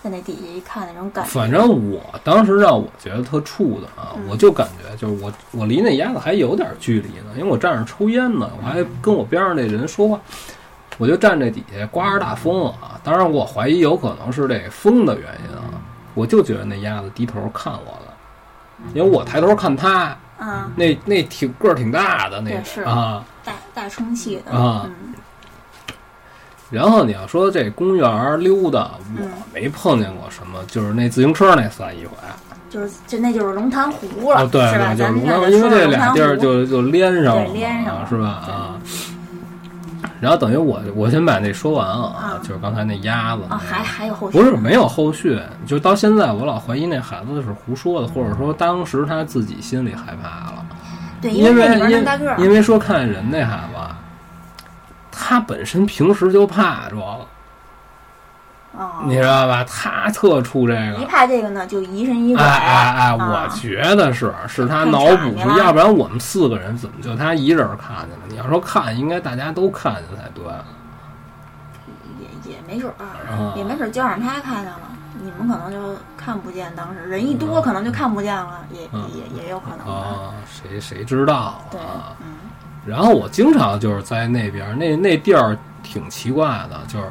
Speaker 2: 在那底下一看那种感觉，
Speaker 1: 反正我当时让我觉得特怵的啊，
Speaker 2: 嗯
Speaker 1: 我就感觉就是我我离那鸭子还有点距离呢，因为我站着抽烟呢，我
Speaker 2: 嗯
Speaker 1: 还跟我边上那人说话，我就站这底下刮着大风啊。当然我怀疑有可能是这风的原因
Speaker 2: 嗯
Speaker 1: 啊，我就觉得那鸭子低头看我了，因为我抬头看它，
Speaker 2: 啊，
Speaker 1: 那那挺个儿挺大的那
Speaker 2: 对是
Speaker 1: 个啊。
Speaker 2: 带带充气的
Speaker 1: 啊
Speaker 2: 嗯，
Speaker 1: 然后你要说这公园儿溜达，我
Speaker 2: 嗯
Speaker 1: 没碰见过什么，就是那自行车那算一回。啊
Speaker 2: 就是就那就是龙潭湖了，
Speaker 1: 哦，对
Speaker 2: 是吧？
Speaker 1: 对，就是
Speaker 2: 咱
Speaker 1: 龙
Speaker 2: 们这
Speaker 1: 潭
Speaker 2: 儿
Speaker 1: 湖，
Speaker 2: 就
Speaker 1: 因
Speaker 2: 说
Speaker 1: 为
Speaker 2: 了
Speaker 1: 这
Speaker 2: 龙潭
Speaker 1: 俩
Speaker 2: 湖
Speaker 1: 地儿就就连上了嘛，
Speaker 2: 对连上了
Speaker 1: 是吧？啊。然后等于我我先把那说完啊
Speaker 2: 啊，
Speaker 1: 就是刚才那鸭子那个
Speaker 2: 啊，还还有后续
Speaker 1: 不是没有后续，就到现在我老怀疑那孩子是胡说的，或者说当时他自己心里害怕了，
Speaker 2: 对，
Speaker 1: 因
Speaker 2: 为
Speaker 1: 为
Speaker 2: 那里边那
Speaker 1: 因
Speaker 2: 么大个儿，
Speaker 1: 因为说看人那孩子，啊他本身平时就怕这
Speaker 2: 啊
Speaker 1: 个，
Speaker 2: 哦
Speaker 1: 你知道吧？他特怵这
Speaker 2: 一
Speaker 1: 个。
Speaker 2: 怕这个呢就疑神 疑鬼，
Speaker 1: 哎哎哎，
Speaker 2: 啊
Speaker 1: 我觉得是是他脑补
Speaker 2: 看傻啊
Speaker 1: 出，
Speaker 2: 了
Speaker 1: 要不然我们四个人怎么就他一人看见了？你要说看，应该大家都看见才对。
Speaker 2: 也也没准儿，
Speaker 1: 啊
Speaker 2: 也没准儿就让他看见了，你们可能就看不见，当时人一多可能就看不见了，也
Speaker 1: 嗯
Speaker 2: 也也有可能吧，
Speaker 1: 啊，谁谁知道
Speaker 2: 对
Speaker 1: 啊？
Speaker 2: 嗯
Speaker 1: 然后我经常就是在那边儿，那那地儿挺奇怪的，就是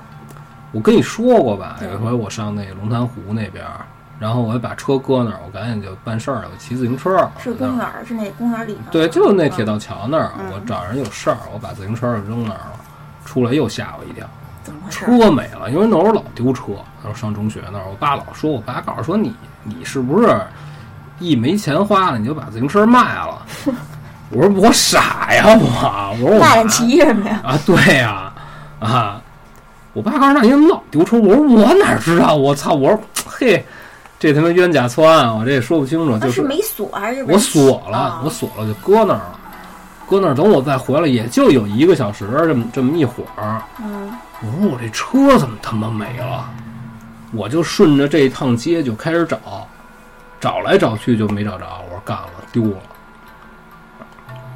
Speaker 1: 我跟你说过吧，
Speaker 2: 对
Speaker 1: 有一回我上那龙潭湖那边儿，然后我就把车搁那儿，我赶紧就办事儿了，我骑自行车儿。
Speaker 2: 是
Speaker 1: 我那
Speaker 2: 公
Speaker 1: 儿
Speaker 2: 园儿，是那公园儿里头，
Speaker 1: 哦对，就是那铁
Speaker 2: 道，
Speaker 1: 道桥那儿，
Speaker 2: 嗯
Speaker 1: 我找人有事儿，我把自行车儿扔那儿了，出来又吓我一跳，
Speaker 2: 怎么回事？
Speaker 1: 车没了，因为那会儿老丢车，然后上中学那儿，我爸老说，我爸告诉说你你是不是一没钱花了，你就把自行车卖了？ 我说我傻呀，我我说我
Speaker 2: 大眼
Speaker 1: 哪
Speaker 2: 骑什么呀？
Speaker 1: 啊，对呀、啊，我爸告诉那你怎么老丢车？我说我哪知道？我操！我说嘿，这他妈冤假错案，我这也说不清楚。
Speaker 2: 啊
Speaker 1: 就是
Speaker 2: 没锁还是
Speaker 1: 我锁了
Speaker 2: 啊，
Speaker 1: 我锁了就搁那儿了，搁那儿等我再回来，也就有一个小时这么这么一会儿。
Speaker 2: 嗯
Speaker 1: 我说我这车怎么他妈没了？我就顺着这一趟街就开始找，找来找去就没找着。我说干了，丢了。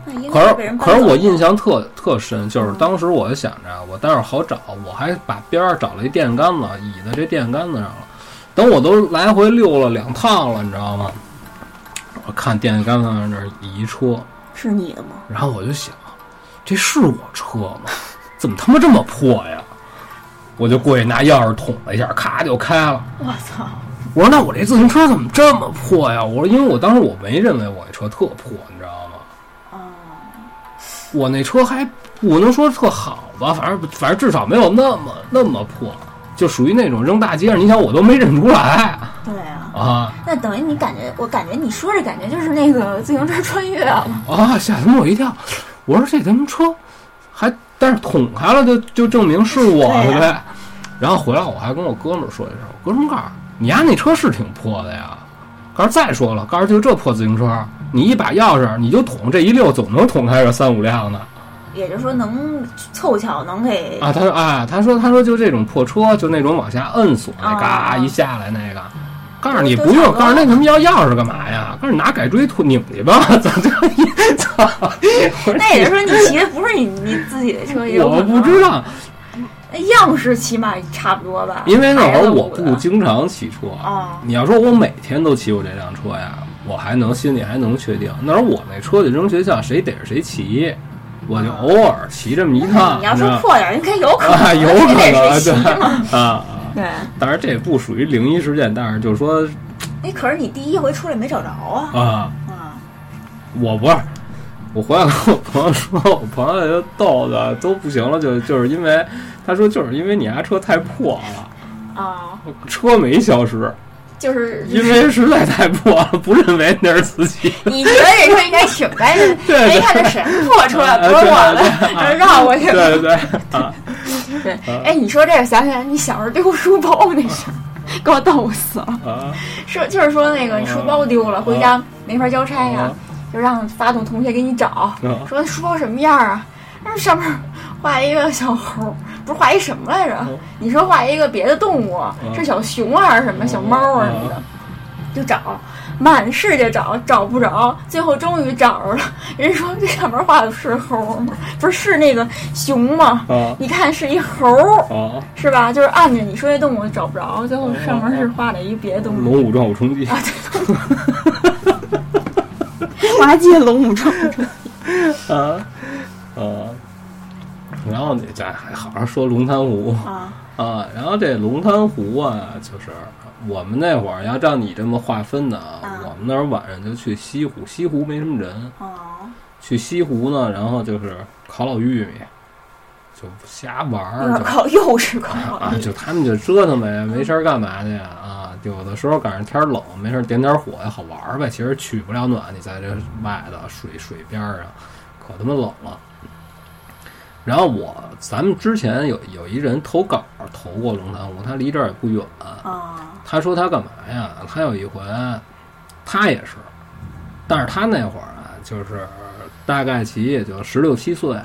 Speaker 2: 那应
Speaker 1: 可
Speaker 2: 该被
Speaker 1: 是
Speaker 2: 人
Speaker 1: 可是
Speaker 2: 搬走
Speaker 1: 我
Speaker 2: 了嗯
Speaker 1: 印象特特深，就是当时我就想着，我待会儿好找，我还把边儿找了一电杆子，倚在这电杆子上了。等我都来回溜了两趟了，你知道吗？我看电杆子上这儿一车，
Speaker 2: 是你的吗？
Speaker 1: 然后我就想，这是我车吗？怎么他妈这么破呀？我就过去拿钥匙捅了一下，咔就开了。
Speaker 2: 我操！
Speaker 1: 我说那我这自行车怎么这么破呀？我说因为我当时我没认为我这车特破，你知道吗？
Speaker 2: 哦，
Speaker 1: 我那车还不能说特好吧，反正反正至少没有那么那么破，就属于那种扔大街上，你想我都没认出来
Speaker 2: 对啊，
Speaker 1: 啊
Speaker 2: 那等于你感觉，我感觉你说这感觉就是那个自行车穿越了，
Speaker 1: 啊！吓他妈我一跳，我说这他妈车还，但是捅开了就就证明是我
Speaker 2: 对
Speaker 1: 的
Speaker 2: 呀
Speaker 1: 呗。然后回来我还跟我哥们儿说一声，我哥们儿告诉我你家那车是挺破的呀。告诉再说了，告诉就这破自行车，你一把钥匙你就捅这一溜，总能捅开这三五辆的。
Speaker 2: 也就是说能凑巧能给
Speaker 1: 啊，他说啊，他说他说就这种破车，就那种往下摁锁那嘎、
Speaker 2: 啊
Speaker 1: 一下来那个，告诉你
Speaker 2: 都
Speaker 1: 不用，
Speaker 2: 抢
Speaker 1: 告诉那他妈要钥匙干嘛呀？告诉你拿改锥突拧去吧， 咋这一操？我
Speaker 2: 那也就是说，你骑的不是你你自己的车，也有可
Speaker 1: 我
Speaker 2: 能啊
Speaker 1: 不知道，
Speaker 2: 那样式起码差不多吧？
Speaker 1: 因为那会
Speaker 2: 孩子
Speaker 1: 儿我
Speaker 2: 捂
Speaker 1: 不
Speaker 2: 的
Speaker 1: 经常骑车。啊
Speaker 2: 哦
Speaker 1: 你要说我每天都骑我这辆车呀，我还能心里还能确定。那时候我那车就扔学校，谁逮着谁骑，我就偶尔骑这么一趟。
Speaker 2: 嗯你要
Speaker 1: 知道
Speaker 2: 说
Speaker 1: 吗
Speaker 2: 破点儿，应该有可能，
Speaker 1: 啊， 有可
Speaker 2: 这
Speaker 1: 能
Speaker 2: 也是
Speaker 1: 对
Speaker 2: 骑嘛
Speaker 1: 啊啊。
Speaker 2: 对，
Speaker 1: 当然这也不属于灵异事件，但是就是说
Speaker 2: 哎，可是你第一回出来没找着啊？
Speaker 1: 啊，
Speaker 2: 啊，
Speaker 1: 我不是，我回来跟我朋友说，我朋友就逗的都不行了，就就是因为他说就是因为你家车太破了，
Speaker 2: 哦，
Speaker 1: 车没消失，
Speaker 2: 就是
Speaker 1: 因为实在太破了，不认为那是自 己。
Speaker 2: 你觉得这车应该挺干净，
Speaker 1: 对对啊
Speaker 2: 哎，看这谁 破车了，不是我的，然后 绕过去
Speaker 1: 对啊
Speaker 2: 了。
Speaker 1: 对对 啊，
Speaker 2: 对，哎，你说这个想起来，你小时候丢书包那事儿，给我逗死了。
Speaker 1: 啊
Speaker 2: 是就是说那个你书包丢了，回家没法交差呀
Speaker 1: 嗯，
Speaker 2: 就让发动同学给你找
Speaker 1: 嗯，
Speaker 2: 说书包什么样啊？他说上面画一个小猴，不是画一什么来着
Speaker 1: 嗯？
Speaker 2: 你说画一个别的动物，
Speaker 1: 嗯
Speaker 2: 是小熊啊还是什
Speaker 1: 哦
Speaker 2: 么小猫啊什么的
Speaker 1: 嗯，
Speaker 2: 就找。满世界找找不着，最后终于找着了。人说这上面画的是猴吗？不是是那个熊吗？
Speaker 1: 啊
Speaker 2: 你看是一猴，
Speaker 1: 啊！
Speaker 2: 是吧？就是按着你说那动物找不着，最后上面是画了一别的动物。
Speaker 1: 龙武壮武冲
Speaker 2: 啊
Speaker 1: 击，
Speaker 3: 我还记得龙武冲冲
Speaker 1: 啊啊！然后你再还好好说龙潭 湖
Speaker 2: 啊，
Speaker 1: 啊，然后这龙潭湖啊，就是我们那会儿要照你这么划分的啊，
Speaker 2: 啊
Speaker 1: 我们那会儿晚上就去西湖，西湖没什么人，
Speaker 2: 哦，
Speaker 1: 去西湖呢，然后就是烤老玉米，就瞎玩
Speaker 2: 一
Speaker 1: 儿，
Speaker 2: 会儿
Speaker 1: 就
Speaker 2: 考又是考
Speaker 1: 啊，就他们就折腾呗，没事儿干嘛去啊？有的时候赶上天儿冷，没事儿点点火呀，好玩儿呗。其实取不了暖，你在这外头水水边儿上，可他妈冷了。然后我咱们之前有有一人投稿投过龙潭湖，他离这儿也不远，
Speaker 3: 啊
Speaker 1: 他说他干嘛呀？他有一回，他也是，但是他那会儿啊，就是大概其也就十六七岁，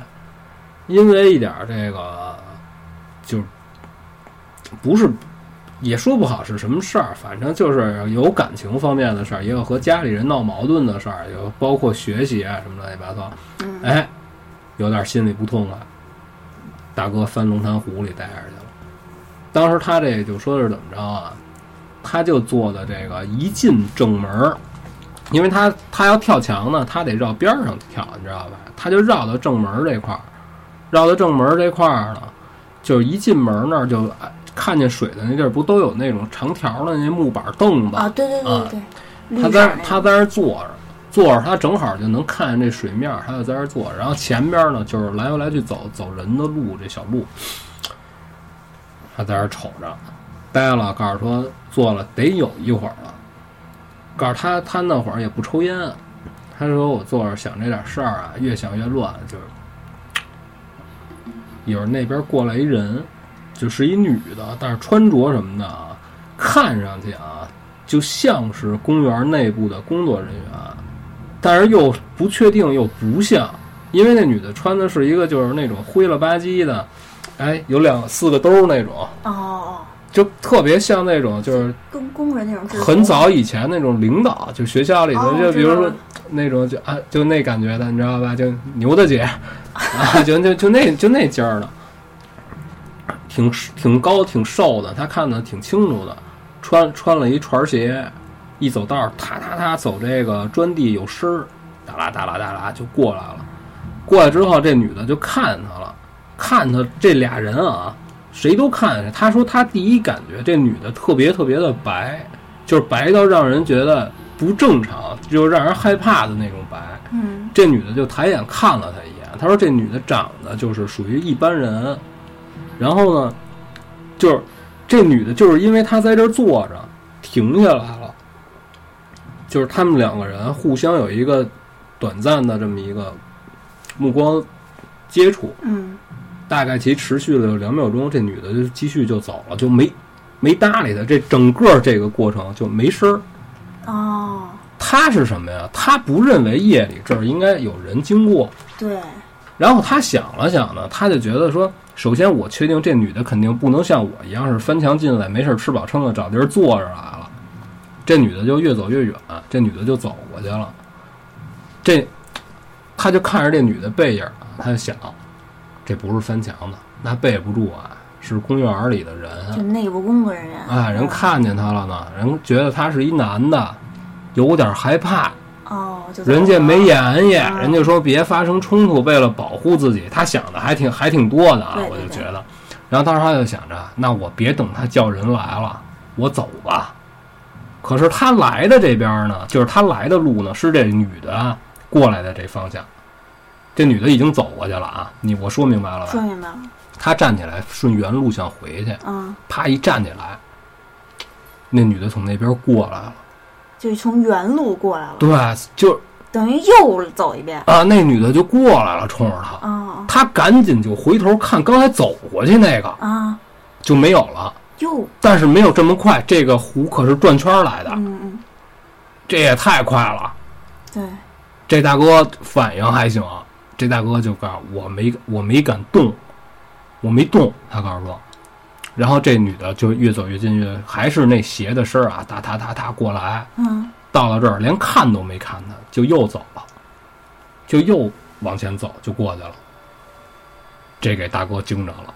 Speaker 1: 因为一点儿这个，就不是也说不好是什么事儿，反正就是有感情方面的事儿，也有和家里人闹矛盾的事儿，有包括学习啊什么乱七八糟，
Speaker 3: 嗯
Speaker 1: 哎，有点心里不痛快、大哥翻龙潭湖里待着去了。当时他这就说是怎么着啊？他就坐的这个一进正门儿，因为他他要跳墙呢，他得绕边儿上跳，你知道吧？他就绕到正门儿这块儿，绕到正门儿这块儿呢，就是一进门儿那儿就哎看见水的那地儿，不都有那种长条儿的那木板凳子
Speaker 2: 啊，对对
Speaker 1: 啊
Speaker 2: 对对，绿
Speaker 1: 他
Speaker 2: 色
Speaker 1: 在
Speaker 2: 那
Speaker 1: 他
Speaker 2: 个
Speaker 1: 在那儿坐着，坐着他正好就能看见这水面儿，他就在那儿坐着。然后前边呢就是来回来去走走人的路，这小路，他在那儿瞅着，呆了，告诉说坐了得有一会儿了。告诉他他那会儿也不抽烟，啊他说我坐着想这点事儿啊，越想越乱，就是一会儿那边过来一人，就是一女的，但是穿着什么的啊，看上去啊就像是公园内部的工作人员，但是又不确定又不像，因为那女的穿的是一个就是那种灰了吧唧的，哎，有两四个兜儿那种，
Speaker 3: 哦哦，
Speaker 1: 就特别像那种就是
Speaker 3: 跟工人那种制服
Speaker 1: 很早以前那种领导，就学校里头
Speaker 3: 哦
Speaker 1: 就
Speaker 3: 我
Speaker 1: 比
Speaker 3: 知
Speaker 1: 如
Speaker 3: 道
Speaker 1: 说
Speaker 3: 了
Speaker 1: 那种就啊就那感觉的，你知道吧？就牛大姐啊，就就就那就那劲儿的，挺挺高挺瘦的，他看的挺清楚的，穿穿了一船鞋，一走道儿，踏踏踏走这个砖地有声儿，哒啦哒啦哒啦就过来了。过来之后，这女的就看他了，看他这俩人啊，谁都看着。他说他第一感觉这女的特别特别的白，就是白到让人觉得不正常，就是让人害怕的那种白。
Speaker 3: 嗯
Speaker 1: 这女的就抬眼看了他一眼，她说这女的长得就是属于一般人，然后呢，就是这女的就是因为她在这儿坐着，停下来了，就是他们两个人互相有一个短暂的这么一个目光接触，
Speaker 3: 嗯
Speaker 1: 大概其持续了有两秒钟，这女的就继续就走了，就没没搭理他，这整个这个过程就没声儿。
Speaker 3: 哦，
Speaker 1: 他是什么呀？他不认为夜里这儿应该有人经过，
Speaker 3: 对，
Speaker 1: 然后他想了想呢，他就觉得说，首先我确定这女的肯定不能像我一样是翻墙进来，没事儿吃饱撑的找地儿坐着来了。这女的就越走越远，这女的就走过去了。这，他就看着这女的背影啊，他就想，这不是翻墙的，那背不住啊，是公园儿里的人啊
Speaker 2: 就内部工作人员
Speaker 1: 啊，人
Speaker 2: 嗯
Speaker 1: 看见他了呢，人觉得他是一男的，有点害怕，
Speaker 2: 哦，就
Speaker 1: 人家没
Speaker 2: 演
Speaker 1: 言语，人家说别发生冲突，为了保护自己，他想的还挺还挺多的啊
Speaker 2: 对，对
Speaker 1: 我就觉
Speaker 2: 对
Speaker 1: 得。然后当时他就想着，那我别等他叫人来了，我走吧。可是他来的这边呢，就是他来的路呢，是这女的过来的这方向。这女的已经走过去了啊，你我说明白了
Speaker 3: 说
Speaker 1: 吧？
Speaker 3: 明白了，
Speaker 1: 他站起来，顺原路想回去，
Speaker 3: 嗯，
Speaker 1: 啪一站起来，那女的从那边过来了。
Speaker 3: 就从原路过来了，
Speaker 1: 对，就
Speaker 3: 等于又走一遍。
Speaker 1: 啊，那女的就过来了，冲着他。
Speaker 3: 啊
Speaker 1: 他赶紧就回头看刚才走过去那个
Speaker 3: 啊，
Speaker 1: 就没有了，
Speaker 3: 又
Speaker 1: 但是没有这么快，这个湖可是转圈来的，
Speaker 3: 嗯嗯，
Speaker 1: 这也太快了。
Speaker 3: 对，
Speaker 1: 这大哥反应还行，这大哥就告诉我没我没敢动，我没动，他告诉我。然后这女的就越走越近，越还是那鞋的声儿啊，哒哒哒哒过来，
Speaker 3: 嗯
Speaker 1: 到了这儿连看都没看他，就又走了，就又往前走，就过去了。这给大哥惊着了，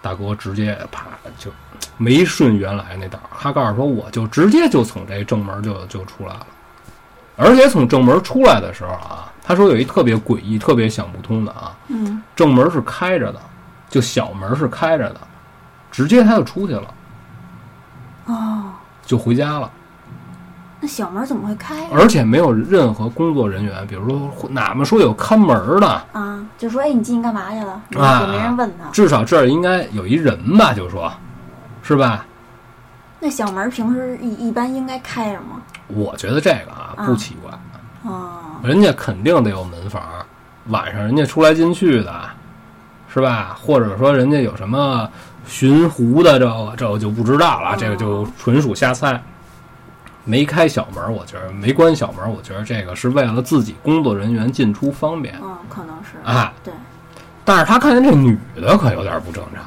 Speaker 1: 大哥直接啪就没顺原来那道儿，他告诉说我就直接就从这正门就就出来了，而且从正门出来的时候啊，他说有一特别诡异、特别想不通的啊，
Speaker 3: 嗯，
Speaker 1: 正门是开着的，就小门是开着的，直接他就出去了，
Speaker 3: 哦，
Speaker 1: 就回家了。
Speaker 3: 那小门怎么会开呀？
Speaker 1: 而且没有任何工作人员，比如说哪怕说有看门儿的，
Speaker 3: 啊，就说哎，你进去干嘛去了？也
Speaker 1: 啊
Speaker 3: 没人问他。
Speaker 1: 至少这儿应该有一人吧，就说，是吧？
Speaker 3: 那小门平时一一般应该开着吗？
Speaker 1: 我觉得这个啊
Speaker 3: 啊
Speaker 1: 不奇怪，
Speaker 3: 啊，
Speaker 2: 嗯
Speaker 1: 人家肯定得有门房，晚上人家出来进去的，是吧？或者说人家有什么寻湖的这个这个就不知道了，这个就纯属瞎猜。没开小门儿，我觉得没关小门儿，我觉得这个是为了自己工作人员进出方便
Speaker 2: 嗯，可能是
Speaker 1: 啊。
Speaker 2: 对，
Speaker 1: 但是他看见这女的可有点不正常，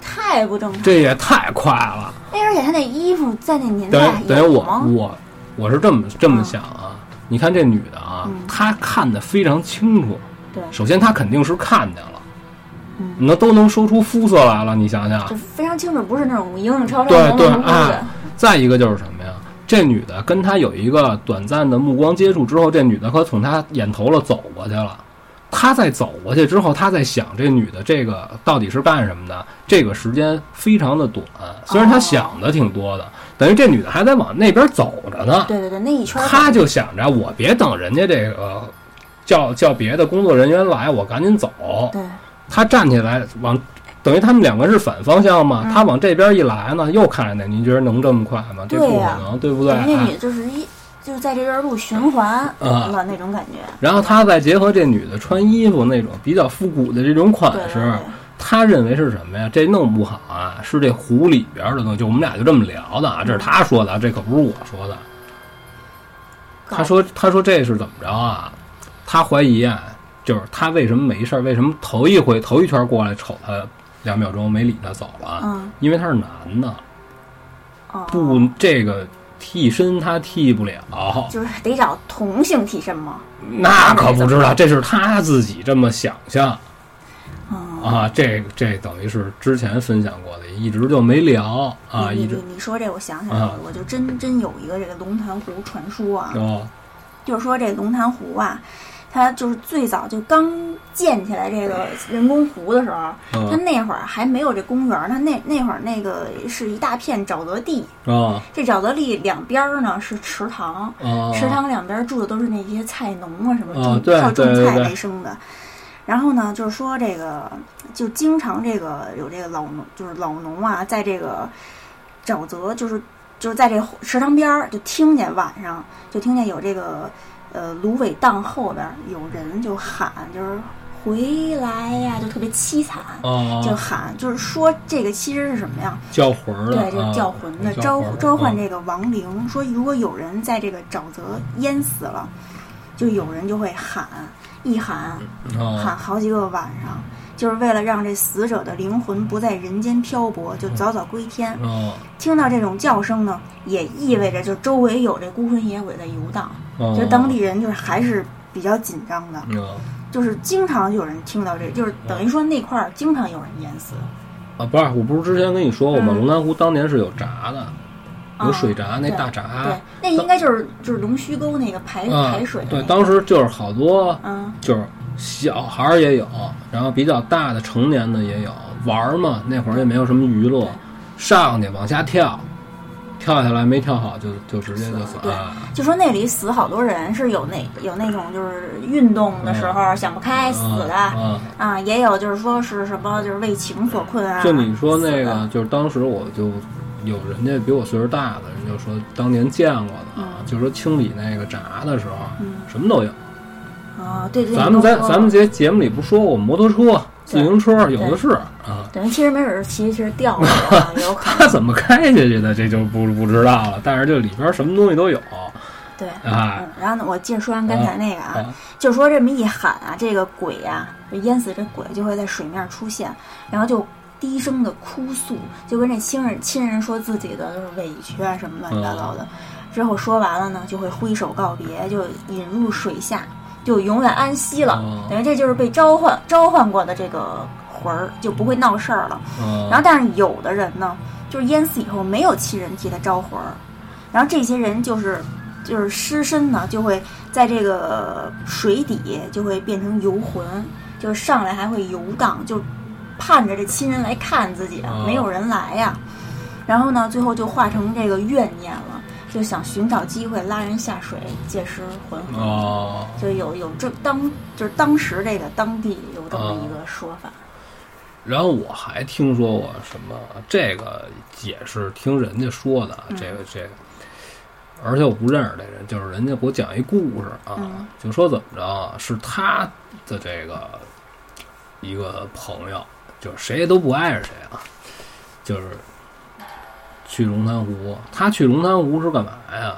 Speaker 2: 太不正常。
Speaker 1: 这也太快了。
Speaker 2: 哎，而且他那衣服在那年
Speaker 1: 等
Speaker 2: 代
Speaker 1: 于等于
Speaker 2: 有
Speaker 1: 我
Speaker 2: 吗？
Speaker 1: 我我是这么这么想啊，你看这女的啊，她看得非常清楚。
Speaker 2: 对
Speaker 1: 首先她肯定是看见了，
Speaker 2: 嗯
Speaker 1: 你那都能说出肤色来了，你想想
Speaker 2: 就。非常清楚，不是那种影影绰绰、
Speaker 1: 啊对
Speaker 2: 模
Speaker 1: 对
Speaker 2: 模糊糊的
Speaker 1: 啊。，再一个就是什么呀？这女的跟他有一个短暂的目光接触之后，这女的可从他眼头了走过去了。他在走过去之后，他在想这女的这个到底是干什么的？这个时间非常的短，虽然他想的挺多的，等于这女的还在往那边走着呢。
Speaker 2: 对对对，那一圈儿
Speaker 1: 他就想着我别等人家这个叫叫别的工作人员来，我赶紧走。
Speaker 2: 对
Speaker 1: 他站起来往，等于他们两个是反方向
Speaker 2: 嗯
Speaker 1: 嘛，他往这边一来呢，又看见那，您觉得能这么快吗？这
Speaker 2: 对
Speaker 1: 不可
Speaker 2: 呀
Speaker 1: 能，对不
Speaker 2: 对
Speaker 1: 对？
Speaker 2: 那
Speaker 1: 啊
Speaker 2: 女的就是一就是在这段路循环
Speaker 1: 啊
Speaker 2: 了那种感觉。
Speaker 1: 然后他再结合这女的穿衣服那种比较复古的这种款
Speaker 2: 对对
Speaker 1: 式
Speaker 2: 对，
Speaker 1: 他认为是什么呀？这弄不好啊，是这湖里边的东西。就我们俩就这么聊的啊，
Speaker 2: 嗯
Speaker 1: 这是他说的啊，这可不是我说的。
Speaker 2: 搞
Speaker 1: 他说：“他说这是怎么着啊？他怀疑啊，就是他为什么没事儿？为什么头一回头一圈过来瞅他两秒钟没理他走了？啊
Speaker 2: 嗯
Speaker 1: 因为他是男的，
Speaker 2: 哦，
Speaker 1: 不这个替身他替不了，
Speaker 2: 就是得找同性替身嘛。
Speaker 1: 那可不知道，这是他自己这么想象
Speaker 2: 嗯，
Speaker 1: 啊。这这等于是之前分享过的，一直就没聊啊，
Speaker 2: 你
Speaker 1: 一
Speaker 2: 你
Speaker 1: 直
Speaker 2: 你你说这，我想起来
Speaker 1: 啊
Speaker 2: 了，我就真真有一个这个龙潭湖传说啊，
Speaker 1: 哦
Speaker 2: 就是说这龙潭湖啊，它就是最早就刚建起来这个人工湖的时候，它
Speaker 1: 嗯
Speaker 2: 那会儿还没有这公园儿，它那那会儿那个是一大片沼泽地，
Speaker 1: 哦
Speaker 2: 这沼泽地两边儿呢是池塘，
Speaker 1: 哦，
Speaker 2: 池塘两边住的都是那些菜农啊什么，
Speaker 1: 哦
Speaker 2: 种
Speaker 1: 对
Speaker 2: 靠种
Speaker 1: 对对
Speaker 2: 菜
Speaker 1: 对
Speaker 2: 为生的。然后呢，就是说这个，就经常这个有这个老农，就是老农啊，在这个沼泽，就是就是在这池塘边儿，就听见晚上就听见有这个呃芦苇荡后边儿有人就喊，就是回来呀，就特别凄惨，就
Speaker 1: 哦
Speaker 2: 喊，就是说这个其实是什么呀？
Speaker 1: 叫魂儿了，
Speaker 2: 对，就是叫魂的，
Speaker 1: 啊
Speaker 2: 召召唤。
Speaker 1: 嗯
Speaker 2: 这个亡灵，说如果有人在这个沼泽淹死了，就有人就会喊，一喊喊
Speaker 1: 哦
Speaker 2: 好几个晚上，就是为了让这死者的灵魂不在人间漂泊，
Speaker 1: 嗯
Speaker 2: 就早早归天。
Speaker 1: 哦
Speaker 2: 听到这种叫声呢，也意味着就周围有这孤魂野鬼在游荡，
Speaker 1: 哦，
Speaker 2: 就当地人就是还是比较紧张的，
Speaker 1: 哦
Speaker 2: 就是经常有人听到这，就是等于说那块儿经常有人淹死。
Speaker 1: 啊，不是，我不是之前跟你说过吗？
Speaker 2: 嗯
Speaker 1: 龙潭湖当年是有闸的，有
Speaker 2: 啊
Speaker 1: 水闸，那
Speaker 2: 对
Speaker 1: 大闸
Speaker 2: 对，那应该就是就是龙须沟那个排
Speaker 1: 啊
Speaker 2: 排水的
Speaker 1: 对，
Speaker 2: 那个
Speaker 1: 当时就是好多
Speaker 2: 嗯
Speaker 1: 就是小孩儿也有，然后比较大的成年的也有玩儿嘛，那会儿也没有什么娱乐，上去往下跳，跳下来没跳好就就直接就死
Speaker 2: 对
Speaker 1: 了。啊
Speaker 2: 就说那里死好多人，是有那有那种就是运动的时候想不开死的
Speaker 1: 啊！
Speaker 2: 啊，也有就是说是什么就是为情所困啊。
Speaker 1: 就你说那个
Speaker 2: 死的，
Speaker 1: 就是当时我就有人家比我岁数大的人就说当年见过的啊，
Speaker 2: 嗯
Speaker 1: 就说清理那个闸的时候，什么都有。
Speaker 2: 啊，对对，
Speaker 1: 咱们在
Speaker 2: 嗯你跟我说
Speaker 1: 咱们节节目里不说过摩托车、自行车有的是啊，
Speaker 2: 等于其实没准儿其实是掉了啊， 有可能
Speaker 1: 他怎么开下去的这就不不知道了。但是这里边什么东西都有
Speaker 2: 对。
Speaker 1: 啊
Speaker 2: 嗯，然后呢，我接着说完刚才那个
Speaker 1: 啊
Speaker 2: 啊
Speaker 1: 啊，
Speaker 2: 就说这么一喊啊，这个鬼呀、这淹死这鬼就会在水面出现，然后就低声的哭诉，就跟这亲人亲人说自己的就是委屈啊什么乱七八糟的。之后说完了呢，就会挥手告别，就引入水下，就永远安息了。
Speaker 1: 哦
Speaker 2: 等于这就是被召唤召唤过的这个魂儿，就不会闹事儿了。然后，
Speaker 1: 嗯
Speaker 2: 但是有的人呢，就是淹死以后没有亲人替他招魂儿，然后这些人就是就是尸身呢，就会在这个水底就会变成游魂，就是上来还会游荡，就盼着这亲人来看自己啊
Speaker 1: 哦，
Speaker 2: 没有人来呀。然后呢，最后就化成这个怨念了，就想寻找机会拉人下水，借尸还魂。
Speaker 1: 哦，
Speaker 2: 就有有这当就是当时这个当地有这么
Speaker 1: 嗯
Speaker 2: 一个说法，
Speaker 1: 然后我还听说过什么，这个也是听人家说的，啊这个这个，而且我不认识这人，就是人家给我讲一故事啊，就说怎么着啊，是他的这个一个朋友，就是谁也都不挨着谁啊，就是去龙潭湖。他去龙潭湖是干嘛呀？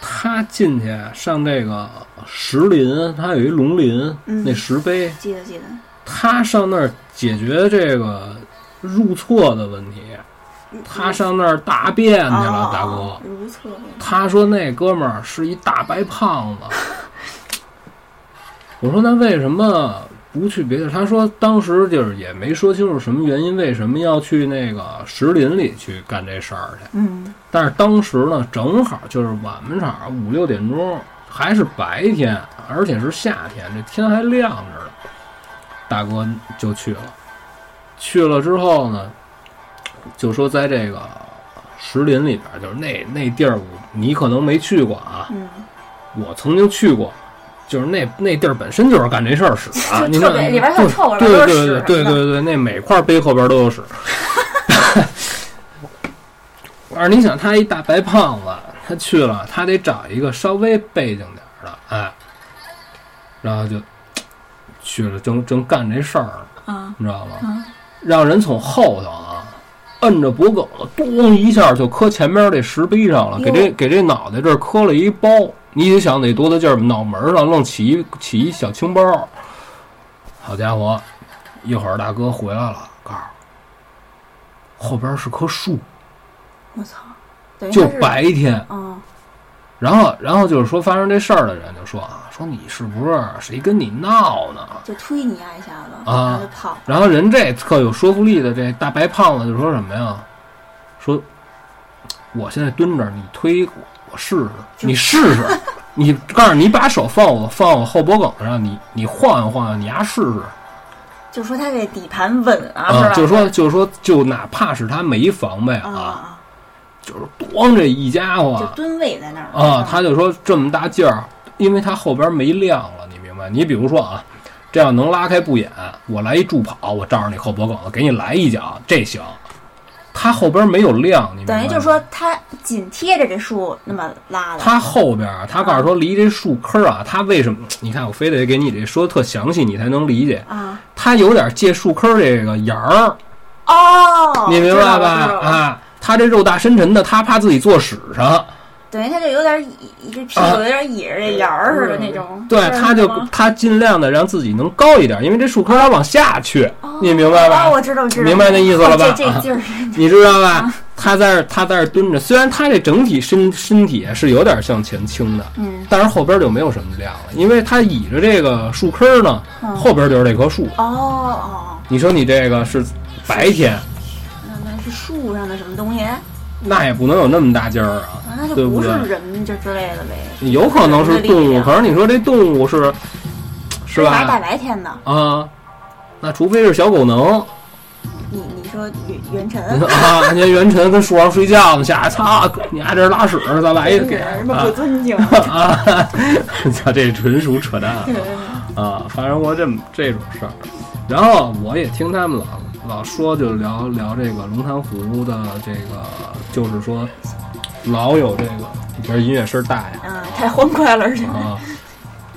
Speaker 1: 他进去上这个石林，他有一龙林，
Speaker 3: 嗯
Speaker 1: 那石碑，
Speaker 3: 记得记得，
Speaker 1: 他上那儿解决这个入错的问题，
Speaker 2: 嗯
Speaker 1: 他上那儿大便去了，大哥。
Speaker 3: 哦如厕
Speaker 1: 他说那哥们儿是一大白胖子。 我说那为什么不去别的？他说当时就是也没说清楚什么原因，为什么要去那个石林里去干这事儿去。
Speaker 3: 嗯
Speaker 1: 但是当时呢，正好就是晚们场五六点钟，还是白天，而且是夏天，这天还亮着呢。大哥就去了，去了之后呢，就说在这个石林里边儿，就是那那地儿我，你可能没去过啊，
Speaker 3: 嗯，
Speaker 1: 我曾经去过。就是那那地儿本身就是干这事儿使的、啊，
Speaker 2: 就
Speaker 1: 你
Speaker 2: 特
Speaker 1: 看
Speaker 2: 别里边儿还有臭味儿
Speaker 1: 对
Speaker 2: 都
Speaker 1: 对对
Speaker 2: 是屎
Speaker 1: 对对对对对，那每块碑后边都有屎。 而你想，他一大白胖子，他去了，他得找一个稍微背景点儿的，哎，然后就去了，正正干这事儿呢，
Speaker 3: 啊
Speaker 1: 你知道吗？让人从后头啊，摁着脖梗子，咚一下就磕前面这石碑上了，给这给这脑袋这儿磕了一包。你得想得多大劲儿，脑门儿上愣起一起一小青包。好家伙，一会儿大哥回来了，告诉我后边是棵树，
Speaker 3: 我操，等于
Speaker 1: 就
Speaker 3: 他是
Speaker 1: 白天。
Speaker 3: 哦
Speaker 1: 然后，然后就是说发生这事儿的人就说啊，说你是不是谁跟你闹呢？
Speaker 3: 就推你丫一下子，
Speaker 1: 啊
Speaker 3: 然后就跑，
Speaker 1: 然后人这特有说服力的这大白胖子就说什么呀？说我现在蹲这儿，你推我，我试试，你 试试，你告诉你把手放我放我后脖梗子上，你你晃悠晃悠，你丫试试
Speaker 3: 就说他这底盘稳啊，
Speaker 1: 啊！
Speaker 3: 是
Speaker 1: 就说就说就哪怕是他没防备
Speaker 3: 吧？
Speaker 1: 啊，
Speaker 3: 啊，
Speaker 1: 就是咣这一家
Speaker 3: 就
Speaker 1: 伙
Speaker 3: 蹲位在那儿
Speaker 1: 啊，他就说这么大劲儿，因为他后边没量了，你明白？你比如说啊。这样能拉开不眼，我来一助跑，我照着你后脖梗子给你来一脚，这行。他后边没有量，你明白
Speaker 3: 等
Speaker 1: 吗
Speaker 3: 于就是说他紧贴着这树那么拉了，
Speaker 1: 他后边啊，他告诉说离这树坑啊，他为什么？你看我非得给你这说的特详细，你才能理解。
Speaker 3: 啊
Speaker 1: 他有点借树坑这个沿儿，
Speaker 3: 哦，
Speaker 1: 你明
Speaker 3: 知道了
Speaker 1: 白吧？，
Speaker 3: 知道了
Speaker 1: 啊，他这肉大深沉的，他怕自己坐屎上，
Speaker 3: 等于他就有点倚这屁股
Speaker 1: 啊
Speaker 3: 有点倚着这沿儿似的那种，
Speaker 1: 对，
Speaker 3: 是
Speaker 1: 他就
Speaker 3: 吗
Speaker 1: 他尽量的让自己能高一点，因为这树坑它往下去，你明白吧？
Speaker 3: 哦，我知啊道，我知道，
Speaker 1: 明白那意思了吧
Speaker 3: 哦这这
Speaker 1: 啊
Speaker 3: 劲儿，
Speaker 1: 你知道吧？他在这儿他在这儿蹲着，虽然他这整体身身体是有点向前倾的，
Speaker 3: 嗯，
Speaker 1: 但是后边就没有什么量了，因为他倚着这个树坑儿呢，
Speaker 3: 嗯
Speaker 1: 后边就是这棵树。
Speaker 3: 哦哦，
Speaker 1: 你说你这个是白天，
Speaker 3: 那那是树上的什么东西啊？
Speaker 1: 那也不能有那么大劲儿啊，
Speaker 3: 那
Speaker 1: 对
Speaker 3: 就
Speaker 1: 不
Speaker 3: 不是
Speaker 1: 对？
Speaker 3: 人这之类的呗，
Speaker 1: 有可能是动
Speaker 3: 啊
Speaker 1: 物，可是你说这动物是是
Speaker 3: 还大
Speaker 1: 吧？
Speaker 3: 白天的，
Speaker 1: 啊，那除非是小狗能。
Speaker 3: 你你说袁袁晨
Speaker 1: 你。说 啊，人家元晨跟树上睡觉呢，下来操，你还这儿拉屎呢，咱来一个哎给
Speaker 3: 人们不尊 敬，
Speaker 1: 啊！操，这纯属扯淡啊！啊，发生过这么这种事儿。然后我也听他们老老说，就聊聊这个龙潭湖的这个，就是说老有这个里边音乐声大呀
Speaker 3: 嗯，太欢快了，而且
Speaker 1: 啊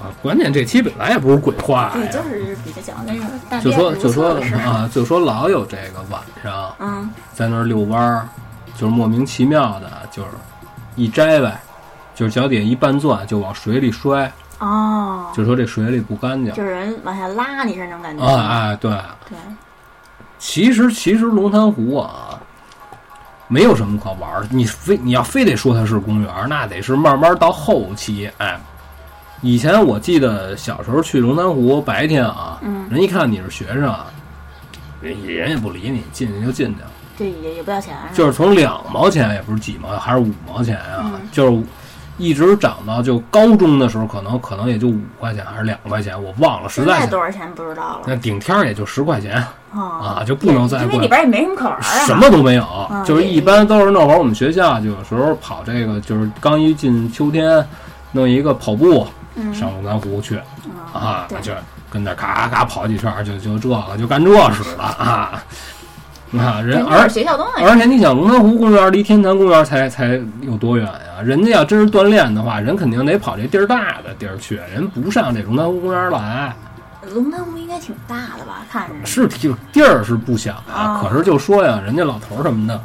Speaker 1: 啊！关键这期本来也不是鬼话
Speaker 3: 对，就
Speaker 1: 哎呀，
Speaker 3: 是比较讲那种大
Speaker 1: 就
Speaker 3: 便
Speaker 1: 说
Speaker 3: 不
Speaker 1: 就
Speaker 3: 错
Speaker 1: 说
Speaker 3: 的事儿，
Speaker 1: 啊，就说老有这个晚上
Speaker 3: 嗯
Speaker 1: 在那儿遛弯儿，就是莫名其妙的，就是一摘呗，就是脚底下一拌钻就往水里摔，
Speaker 3: 哦，
Speaker 1: 就说这水里不干净
Speaker 3: 就是人往下拉你是那种感觉，
Speaker 1: 啊哎对。
Speaker 3: 对，
Speaker 1: 其实其实龙潭湖啊，没有什么可玩儿。你非你要非得说它是公园儿，那得是慢慢到后期。哎，以前我记得小时候去龙潭湖，白天啊，
Speaker 3: 嗯
Speaker 1: 人一看你是学生啊，人人也不理你，进去就进去了。
Speaker 3: 对，也也不要钱，啊是吧
Speaker 1: 就是从两毛钱也不是几毛，还是五毛钱啊，
Speaker 3: 嗯
Speaker 1: 就是一直涨到就高中的时候，可能可能也就五块钱还是两块钱，我忘了，实
Speaker 3: 现
Speaker 1: 在
Speaker 3: 在
Speaker 1: 是
Speaker 3: 多少钱不知道了
Speaker 1: 那顶天儿也就十块钱
Speaker 3: 啊
Speaker 1: 啊，就不能再
Speaker 3: 因为
Speaker 1: 贵
Speaker 3: 里
Speaker 1: 了。
Speaker 3: 边也没什么可玩儿啊，
Speaker 1: 什么都没有，就是
Speaker 3: 也
Speaker 1: 一般都是那会儿我们学校就有时候跑这个，就是刚一进秋天，弄一个跑步
Speaker 3: 嗯
Speaker 1: 上龙潭湖去啊，
Speaker 3: 对
Speaker 1: 就跟那儿咔咔跑几圈儿，就就这个就干这事了啊啊！人
Speaker 2: 人家
Speaker 1: 而
Speaker 2: 是学校东西，
Speaker 1: 而且你想，龙潭湖公园离天坛公园才才有多远呀？人家要真是锻炼的话，人肯定得跑这地儿大的地儿去，人不上这龙潭湖公园来。
Speaker 2: 龙潭湖应该挺大的吧？看着
Speaker 1: 是地地儿是不小啊，
Speaker 2: 啊
Speaker 1: 可是就说呀，人家老头儿什么的，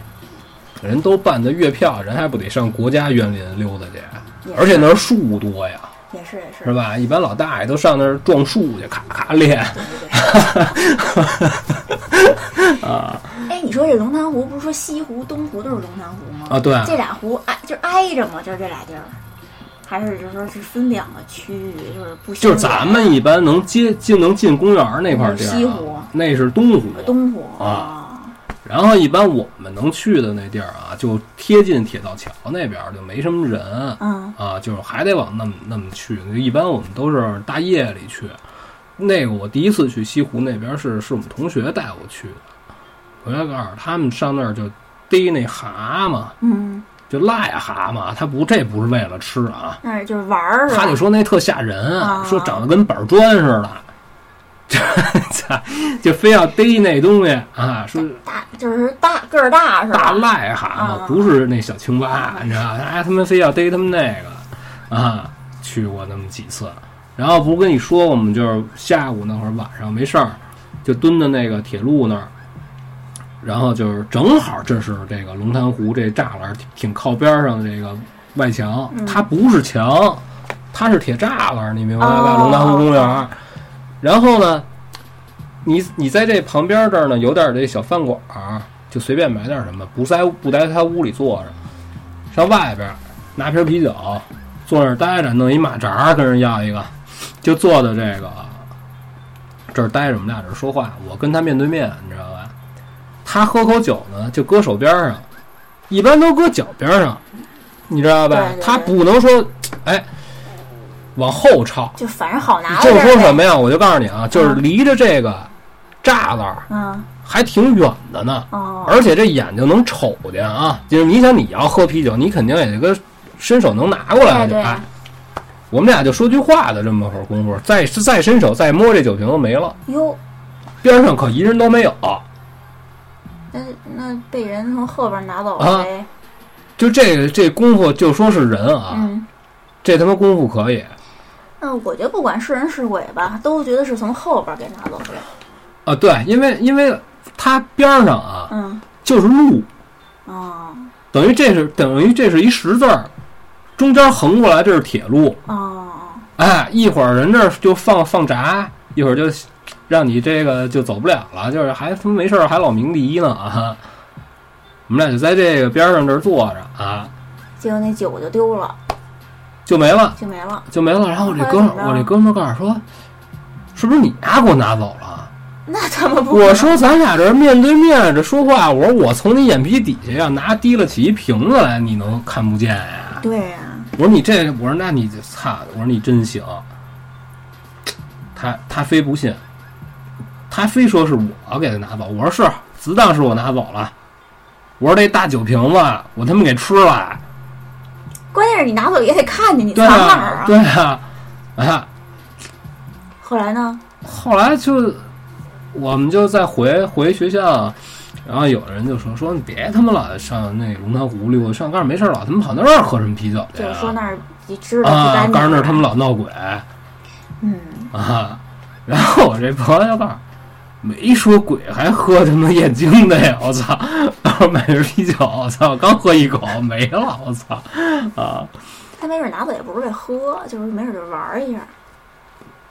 Speaker 1: 人都办的月票，人还不得上国家园林溜达去？
Speaker 2: 也
Speaker 1: 而且那儿树多呀，
Speaker 2: 也是也是
Speaker 1: 是，吧？一般老大爷都上那儿撞树去，咔咔 练。
Speaker 2: 对对对。哎，你说这龙潭湖不是说西湖、东湖都是龙潭湖吗？
Speaker 1: 啊对啊
Speaker 2: 这俩湖挨就挨着吗？就是这俩地儿，还是就是说是分两个区域，就是不相
Speaker 1: 就是咱们一般能接进能进公园儿那块儿地儿啊、
Speaker 2: 西湖
Speaker 1: 那是东湖。
Speaker 2: 东湖
Speaker 1: 啊然后一般我们能去的那地儿啊，就贴近铁道桥那边儿，就没什么人。
Speaker 2: 嗯，
Speaker 1: 啊，就是还得往那么那么去。一般我们都是大夜里去。那个我第一次去西湖那边是是我们同学带我去的，回来告诉我他们上那儿就逮那蛤蟆，
Speaker 2: 嗯，
Speaker 1: 就癞蛤蟆，他不这不是为了吃啊，
Speaker 2: 那就是玩儿是
Speaker 1: 他
Speaker 2: 吧？
Speaker 1: 就说那特吓人，
Speaker 2: 啊
Speaker 1: 说长得跟板砖似的， 就就非要逮那东西啊，说
Speaker 2: 大就是大个儿大是
Speaker 1: 大
Speaker 2: 吧？嗯
Speaker 1: 癞蛤蟆，
Speaker 2: 啊
Speaker 1: 不是那小青蛙，
Speaker 2: 嗯
Speaker 1: 你知道吧？哎，他们非要逮他们那个啊，去过那么几次。然后不是跟你说，我们就是下午那会儿晚上没事儿，就蹲在那个铁路那儿，然后就是正好这是这个龙潭湖这栅栏挺挺靠边上的这个外墙，它不是墙，它是铁栅栏，你明白吧？
Speaker 2: 哦
Speaker 1: 龙潭湖公园儿。然后呢，你你在这旁边这儿呢，有点这小饭馆儿，就随便买点什么，不在不在他屋里坐着，上外边儿拿瓶啤酒，坐那儿待着，弄一马扎儿跟人要一个，就坐到这个这儿待着，我们俩这儿说话，我跟他面对面，你知道吧？他喝口酒呢，就搁手边儿上，一般都搁脚边儿上，你知道吧？
Speaker 2: 对对对
Speaker 1: 他不能说，哎，往后抄，
Speaker 2: 就反正好拿的
Speaker 1: 就是
Speaker 2: 地儿嗯
Speaker 1: 说
Speaker 2: 呗
Speaker 1: 什么呀？我就告诉你啊，就是离着这个栅栏
Speaker 2: 嗯
Speaker 1: 还挺远的呢，
Speaker 2: 哦，
Speaker 1: 而且这眼睛能瞅见啊。就是你想，你要喝啤酒，你肯定也得跟伸手能拿过来
Speaker 2: 对
Speaker 1: 的。
Speaker 2: 对
Speaker 1: 哎，我们俩就说句话的这么会儿功夫，再再伸手再摸这酒瓶子没了，
Speaker 2: 哟，
Speaker 1: 边上可一人都没有。
Speaker 2: 那那被人从后边拿走
Speaker 1: 啊
Speaker 2: 了呗。
Speaker 1: 就这个这功夫，就说是人啊，
Speaker 2: 嗯，
Speaker 1: 这他妈功夫可以。
Speaker 2: 那我觉得不管是人是鬼吧，都觉得是从后边给拿走的。
Speaker 1: 啊，对，因为因为它边儿上啊
Speaker 2: 嗯，
Speaker 1: 就是路，
Speaker 2: 哦
Speaker 1: 等于这是等于这是一十字儿，中间横过来这是铁路，
Speaker 2: 哦，
Speaker 1: 哎，一会儿人这儿就放放闸，一会儿就让你这个就走不了了，就是还他妈没事儿还老鸣笛呢啊！我们俩就在这个边儿上这儿坐着啊，
Speaker 2: 结果那酒就丢了，
Speaker 1: 就没了，
Speaker 2: 就没了。
Speaker 1: 就没了。然后我这哥们
Speaker 2: 后来怎
Speaker 1: 儿，
Speaker 2: 么着
Speaker 1: 我这哥们儿告诉说，是不是你丫给我拿走了？
Speaker 2: 那他们不可能
Speaker 1: 我说咱俩这面对面这说话，我说我从你眼皮底下呀拿提了起一瓶子来，你能看不见呀？
Speaker 2: 对呀、
Speaker 1: 我说你这，我说那你就操，我说你真行。他他非不信，他非说是我给他拿走。我说是，自当是我拿走了。我说这大酒瓶子我他妈给吃了，
Speaker 2: 关键是你拿走也得看见你
Speaker 1: 对
Speaker 2: 藏哪儿
Speaker 1: 啊，对啊，啊。
Speaker 2: 后来呢？
Speaker 1: 后来就我们就再回回学校，然后有人就说说你别他妈老上那龙潭湖溜达，上告诉没事儿老他妈跑那儿喝什么啤酒去
Speaker 2: 就是说
Speaker 1: 啊？
Speaker 2: 那儿你知道不
Speaker 1: 啊，
Speaker 2: 干净。
Speaker 1: 告诉那儿他们老闹鬼
Speaker 2: 嗯，
Speaker 1: 啊。然后我这朋友告诉我没说鬼，还喝他妈燕京的呀！我操，然后买瓶啤酒，我操，刚喝一口没了，我操啊！
Speaker 2: 他没准拿走也不是为喝，就是没准就玩儿一下。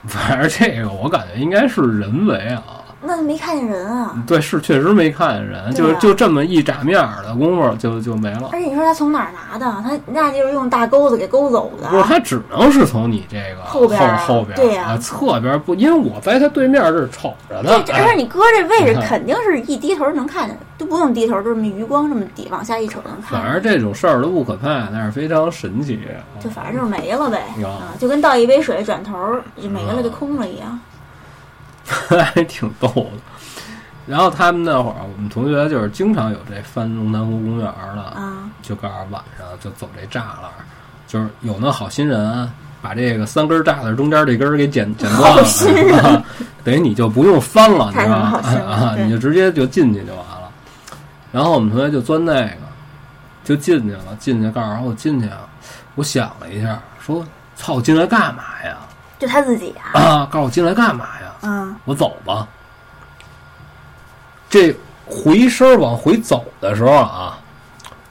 Speaker 1: 反正这个我感觉应该是人为啊，
Speaker 2: 那没看见人啊，
Speaker 1: 对，是确实没看见人，就
Speaker 2: 对哎
Speaker 1: 是
Speaker 2: 啊
Speaker 1: 就这么一眨面儿的功夫就就没了。
Speaker 2: 而且你说他从哪儿拿的？他那就是用大钩子给勾走的
Speaker 1: 不。是，它只能是从你这个
Speaker 2: 后边儿
Speaker 1: 后后边儿
Speaker 2: 对呀
Speaker 1: 啊侧边儿不，因为我在它对面这儿瞅着呢
Speaker 2: 这。这而且
Speaker 1: 哎
Speaker 2: 你搁这位置
Speaker 1: 嗯
Speaker 2: 肯定是一低头能看见，都不用低头，就这么余光这么抵往下一瞅能看
Speaker 1: 反
Speaker 2: 见。
Speaker 1: 正这种事儿都不可怕，但是非常神奇。
Speaker 2: 就反正就是没了呗，
Speaker 1: 啊
Speaker 2: 啊，就跟倒一杯水，转头就没
Speaker 1: 嗯
Speaker 2: 了，就空了一样。
Speaker 1: 啊 还挺逗的。然后他们那会儿，我们同学就是经常有这翻龙潭湖公园儿的，
Speaker 2: 啊，
Speaker 1: 就告诉晚上就走这栅栏儿，就是有那好心人把这个三根栅栏中间这根儿给剪剪断了，
Speaker 2: 好心人
Speaker 1: 啊等于你就不用翻了，你
Speaker 2: 太
Speaker 1: 知
Speaker 2: 他
Speaker 1: 道
Speaker 2: 妈
Speaker 1: 吗
Speaker 2: 好？心了
Speaker 1: 啊，
Speaker 2: 对
Speaker 1: 你就直接就进去就完了。然后我们同学就钻那个，就进去了，进去告诉我我进去啊，我想了一下，说操，我进来干嘛呀？
Speaker 2: 就他自己啊，
Speaker 1: 啊，告诉我进来干嘛呀？
Speaker 3: 嗯
Speaker 1: 我走吧。这回身儿往回走的时候啊，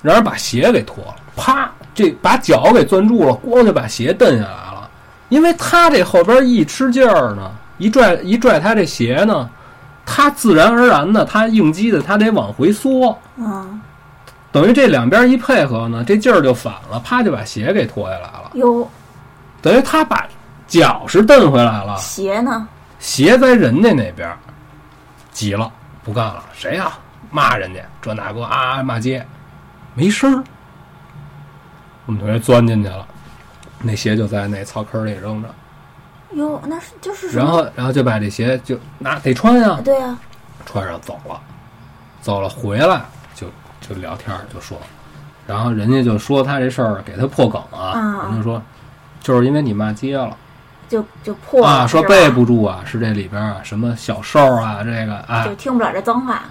Speaker 1: 让人把鞋给脱了，啪，这把脚给攥住了，咣就把鞋蹬下来了。因为他这后边一吃劲儿呢，一拽一拽他这鞋呢，他自然而然的，他应激的，他得往回缩。
Speaker 3: 嗯，
Speaker 1: 等于这两边一配合呢，这劲儿就反了，啪就把鞋给脱下来了。
Speaker 2: 哟，
Speaker 1: 等于他把脚是蹬回来了，
Speaker 2: 鞋呢？
Speaker 1: 鞋在人家那边儿，急了，不干了，谁呀、骂人家这那个啊骂街，没声儿。我们同学钻进去了，那鞋就在那草坑里扔着，
Speaker 2: 哟，那是就是什
Speaker 1: 然
Speaker 2: 么？
Speaker 1: 后然后就把这鞋就拿得穿呀、
Speaker 2: 对啊，
Speaker 1: 穿上走了，走了回来就就聊天儿就说，然后人家就说他这事儿给他破梗啊，
Speaker 2: 啊
Speaker 1: 人家说就是因为你骂街了。
Speaker 2: 就就破了
Speaker 1: 啊，说
Speaker 2: 是吧
Speaker 1: 背不住啊，是这里边啊什么小兽啊，这个啊
Speaker 2: 就，听不了这脏话，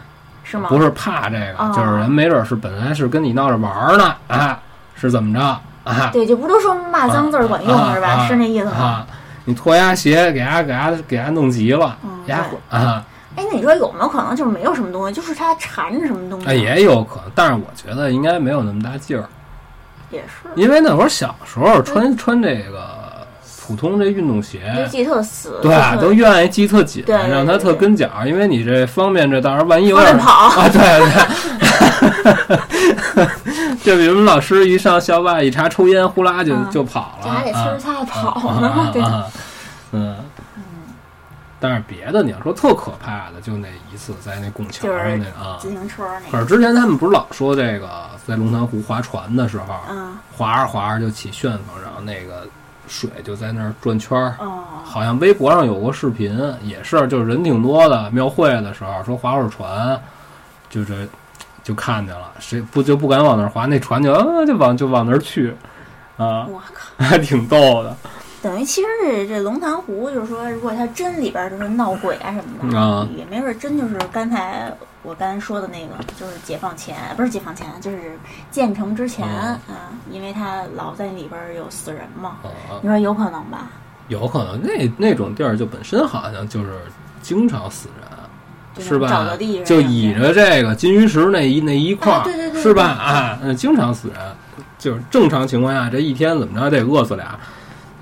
Speaker 2: 是吗？
Speaker 1: 不是怕这个，
Speaker 2: 哦
Speaker 1: 就是人没准是本来是跟你闹着玩儿呢，啊，是怎么着啊？
Speaker 2: 对，就不都说骂脏字儿管用、
Speaker 1: 啊
Speaker 2: 是吧、
Speaker 1: 啊
Speaker 2: 是那意思吗？
Speaker 1: 啊，你脱丫鞋给丫给丫给丫弄急了，丫
Speaker 2: 哦对
Speaker 1: 啊，
Speaker 2: 哎，那你说有没有可能就是没有什么东西，就是他缠着什么东西？
Speaker 1: 哎，也有可能，但是我觉得应该没有那么大劲儿，
Speaker 2: 也是，
Speaker 1: 因为那会儿小时候
Speaker 2: 嗯
Speaker 1: 穿穿这个普通这运动
Speaker 2: 就
Speaker 1: 鞋。
Speaker 2: 记得特死，
Speaker 1: 哎对啊
Speaker 2: 就，特
Speaker 1: 都愿意系特紧，
Speaker 2: 对对
Speaker 1: 让它
Speaker 2: 对
Speaker 1: 特
Speaker 2: 对
Speaker 1: 跟脚，因为你这方便这到时候万一有
Speaker 2: 方
Speaker 1: 点
Speaker 2: 便跑
Speaker 1: 啊，对对。 就比如老师一上校外一查抽烟，呼啦就
Speaker 2: 啊
Speaker 1: 就跑了，
Speaker 2: 这还得呲
Speaker 1: 啊
Speaker 2: 着擦跑
Speaker 1: 啊
Speaker 2: 呢，对
Speaker 1: 啊，啊嗯。但是别的你要说特可怕的，就那一次在那拱桥上那啊
Speaker 2: 自，行车那
Speaker 1: 可
Speaker 2: 个，
Speaker 1: 是之前他们不是老说这个在龙潭湖划船的时候，
Speaker 2: 嗯，
Speaker 1: 划着划着就起旋风，然后那个水就在那儿转圈儿，
Speaker 2: 哦，
Speaker 1: 好像微博上有过视频，也是就是人挺多的，庙会的时候说划会儿船，就这就看见了，谁不就不敢往那儿划，那船就啊就往就往那儿去，啊，
Speaker 2: 我靠，
Speaker 1: 还挺逗的
Speaker 2: 等于其实这这龙潭湖就是说，如果它真里边就是闹鬼啊什么的，
Speaker 1: 啊
Speaker 2: 也没准儿真就是刚才我刚才说的那个，就是解放前不是解放前，就是建成之前
Speaker 1: 哦
Speaker 2: 啊、因为它老在里边儿有死人嘛，
Speaker 1: 啊，
Speaker 2: 你说有可能吧？
Speaker 1: 有可能那那种地儿就本身好像就是经常死人，
Speaker 2: 就是找
Speaker 1: 吧
Speaker 2: 到地？
Speaker 1: 就倚着这个金鱼池那一那一块儿，
Speaker 2: 啊对对对
Speaker 1: 是吧？
Speaker 2: 对
Speaker 1: 啊，嗯经常死人，就是正常情况下这一天怎么着得饿死俩，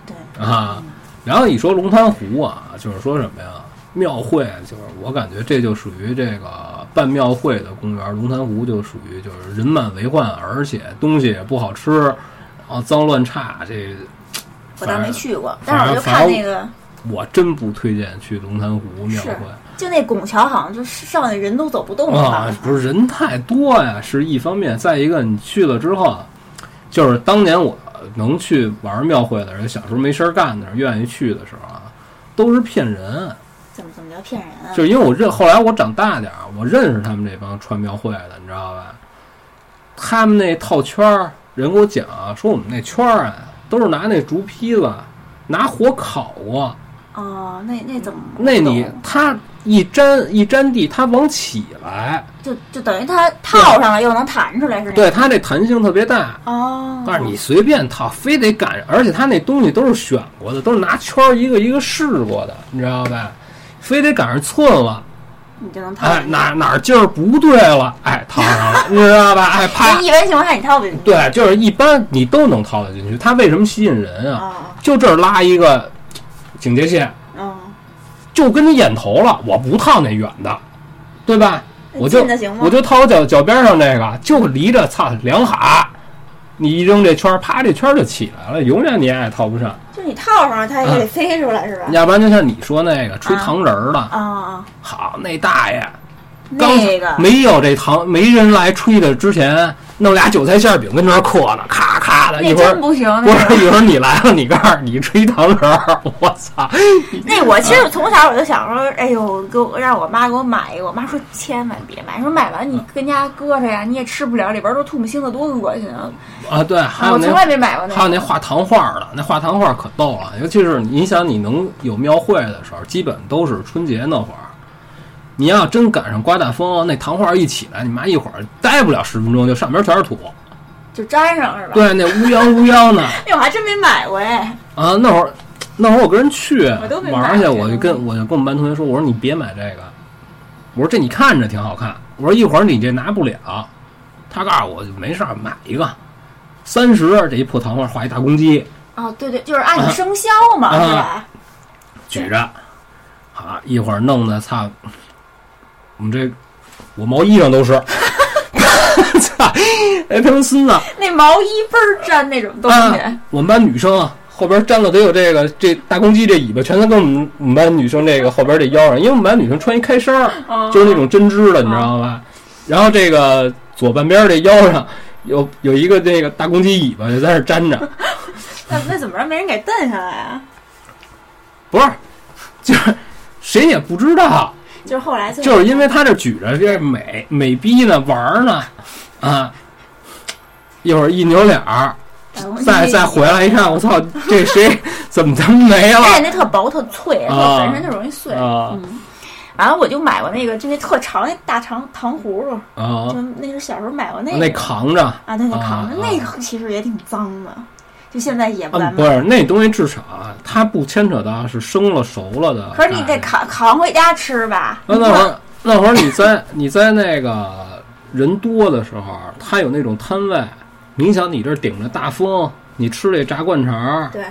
Speaker 2: 对，嗯
Speaker 1: 啊。然后你说龙潭湖啊，就是说什么呀？庙会就是我感觉这就属于这个办庙会的公园，龙潭湖就属于就是人满为患，而且东西也不好吃，然后脏乱差。这
Speaker 2: 我倒
Speaker 1: 反
Speaker 2: 没
Speaker 1: 正
Speaker 2: 去过，
Speaker 1: 反
Speaker 2: 但是
Speaker 1: 正
Speaker 2: 我就
Speaker 1: 反
Speaker 2: 看
Speaker 1: 正
Speaker 2: 那个，
Speaker 1: 我真不推荐去龙潭湖庙
Speaker 2: 是
Speaker 1: 会
Speaker 2: 就那拱桥好像就是上来人都走不动了吧
Speaker 1: 啊，不是人太多呀，是一方面；再一个，你去了之后啊，就是当年我能去玩庙会的人，小时候没事儿干的时候，愿意去的时候啊，都是骗人。
Speaker 2: 怎么怎么叫骗人啊？
Speaker 1: 就是因为我认，后来我长大点儿，我认识他们这帮穿庙会的，你知道吧？他们那套圈儿，人给我讲啊说我们那圈儿啊，都是拿那竹坯子，拿火烤过。
Speaker 2: 哦，那那怎么不
Speaker 1: 那你
Speaker 2: 懂
Speaker 1: 它一沾一沾地，它往起来，
Speaker 2: 就就等于它套上了又能弹出来是那
Speaker 1: 对它这弹性特别大。
Speaker 2: 哦，
Speaker 1: 但是你随便套，非得赶上，而且它那东西都是选过的，都是拿圈儿一个一个试过的，你知道吧？非得赶上寸了，
Speaker 2: 你就能套
Speaker 1: 哎，
Speaker 2: 上。
Speaker 1: 哪哪儿劲儿不对了，哎，套上了，你知道吧？哎，啪
Speaker 2: 那，一般情况下你套不进去。
Speaker 1: 对，就是一般你都能套得进去。它为什么吸引人啊？
Speaker 2: 哦
Speaker 1: 就这儿拉一个警戒线，
Speaker 2: 哦，
Speaker 1: 就跟你眼头了，我不套那远的，对吧？
Speaker 2: 那
Speaker 1: 我就
Speaker 2: 近的行吗
Speaker 1: 我就套我脚脚边上这个，就离着操两哈，你一扔这圈儿，啪，这圈儿就起来了，永远你也套不上。
Speaker 2: 就你套上了它也得飞出来是吧？
Speaker 1: 要不然就嗯像你说那个吹糖人儿的，
Speaker 2: 啊啊，
Speaker 1: 好，那大爷刚
Speaker 2: 那个
Speaker 1: 没有这糖，没人来吹的之前，弄俩韭菜馅儿饼跟那儿嗑呢，咔咔的，一
Speaker 2: 那
Speaker 1: 会儿
Speaker 2: 真不行，
Speaker 1: 不
Speaker 2: 那个
Speaker 1: 是， 一会儿你来了，你告诉你吹糖人儿，我操！
Speaker 2: 那我其实从小我就想说，哎呦，给我让我妈给我买一个。我妈说千万别买，说买完你跟家搁着呀，你也吃不了，里边都吐沫星子，多恶心啊！
Speaker 1: 啊，对，还有
Speaker 2: 我
Speaker 1: 那
Speaker 2: 从来没买过那
Speaker 1: 还有
Speaker 2: 个。
Speaker 1: 那画糖画的，那画糖画可逗了，尤其是你想你能有庙会的时候，基本都是春节那会儿。你要真赶上刮大风，那糖画一起来，你妈一会儿待不了十分钟，就上边全是土。
Speaker 2: 就粘上了是吧？
Speaker 1: 对，那乌泱乌泱的
Speaker 2: 哎，我还真没买过哎。
Speaker 1: 啊，那会儿那会儿我跟人去
Speaker 2: 我都没
Speaker 1: 玩
Speaker 2: 买
Speaker 1: 儿去，
Speaker 2: 这
Speaker 1: 我就
Speaker 2: 东
Speaker 1: 跟我就跟我们班同学说，我说你别买这个，我说这你看着挺好看，我说一会儿你这拿不了，他告诉我就没事儿买一个，三十这一破糖画画一大公鸡
Speaker 2: 哦，对对，就是按你生肖嘛，
Speaker 1: 啊
Speaker 2: 是吧？
Speaker 1: 举着，好一会儿弄得操，我们这我毛衣上都是， 操，哎他妈孙子，
Speaker 2: 那毛衣倍儿粘那种东西，
Speaker 1: 啊，我们班女生啊，后边粘了得有这个这大公鸡这尾巴，全都跟我们我们班女生这个后边这腰上，因为我们班女生穿一开衫儿，
Speaker 2: 嗯
Speaker 1: 就是那种针织的，你知道吧？然后这个左半边这腰上有有一个这个大公鸡尾巴就在那儿粘着，
Speaker 2: 那那怎么让没人给蹬下来啊？
Speaker 1: 不是，就是谁也不知道，
Speaker 2: 就是后来最
Speaker 1: 就是因为他这举着这美美逼呢玩儿呢，啊，一会儿一扭脸儿，
Speaker 2: 哎
Speaker 1: 再再回来一看，我操，这谁怎么他妈没了？
Speaker 2: 哎，那特薄特脆，然后
Speaker 1: 啊
Speaker 2: 本身就容易碎。
Speaker 1: 啊
Speaker 2: 完了，我就买过那个，就那特长那大长糖葫芦，
Speaker 1: 啊
Speaker 2: 就！那是小时候买过那
Speaker 1: 那
Speaker 2: 个
Speaker 1: 扛着
Speaker 2: 啊，对，那扛着
Speaker 1: 啊
Speaker 2: 那个其实也挺脏的，就现在也不
Speaker 1: 啊，
Speaker 2: 敢
Speaker 1: 不
Speaker 2: 买。
Speaker 1: 是那东西至少啊，它不牵扯到是生了熟了的。
Speaker 2: 可是你得
Speaker 1: 啊
Speaker 2: 扛扛回家吃吧？
Speaker 1: 那会儿那会儿你在你在那个人多的时候，啊它有那种摊位，你想你这顶着大风，你吃这炸灌肠儿，
Speaker 2: 对，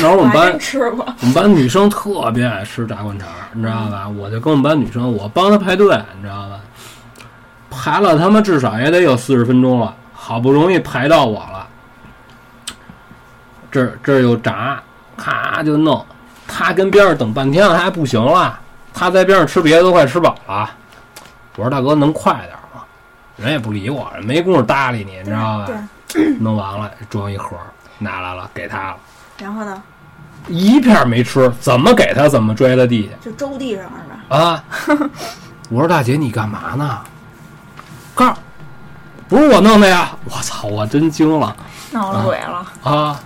Speaker 1: 然后我
Speaker 2: 我
Speaker 1: 们
Speaker 2: 还
Speaker 1: 班
Speaker 2: 真吃过。
Speaker 1: 我们班女生特别爱吃炸灌肠，你知道吧？我就跟我们班女生，我帮她排队，你知道吧？排了他妈至少也得有四十分钟了，好不容易排到我了。这儿这儿有炸，咔就弄。她跟边上等半天了，她还不行了，她在边上吃别的都快吃饱了。我说大哥，能快点儿吗？人也不理我，没工夫搭理你，你知道吧？弄完了装一盒儿拿来了，给她了。
Speaker 2: 然后呢，
Speaker 1: 一片没吃，怎么给他怎么拽到地
Speaker 2: 就周地上是吧？
Speaker 1: 下啊！ 我说大姐，你干嘛呢？告诉，不是我弄的呀！我操，我真惊了
Speaker 2: 闹了鬼了，
Speaker 1: 啊！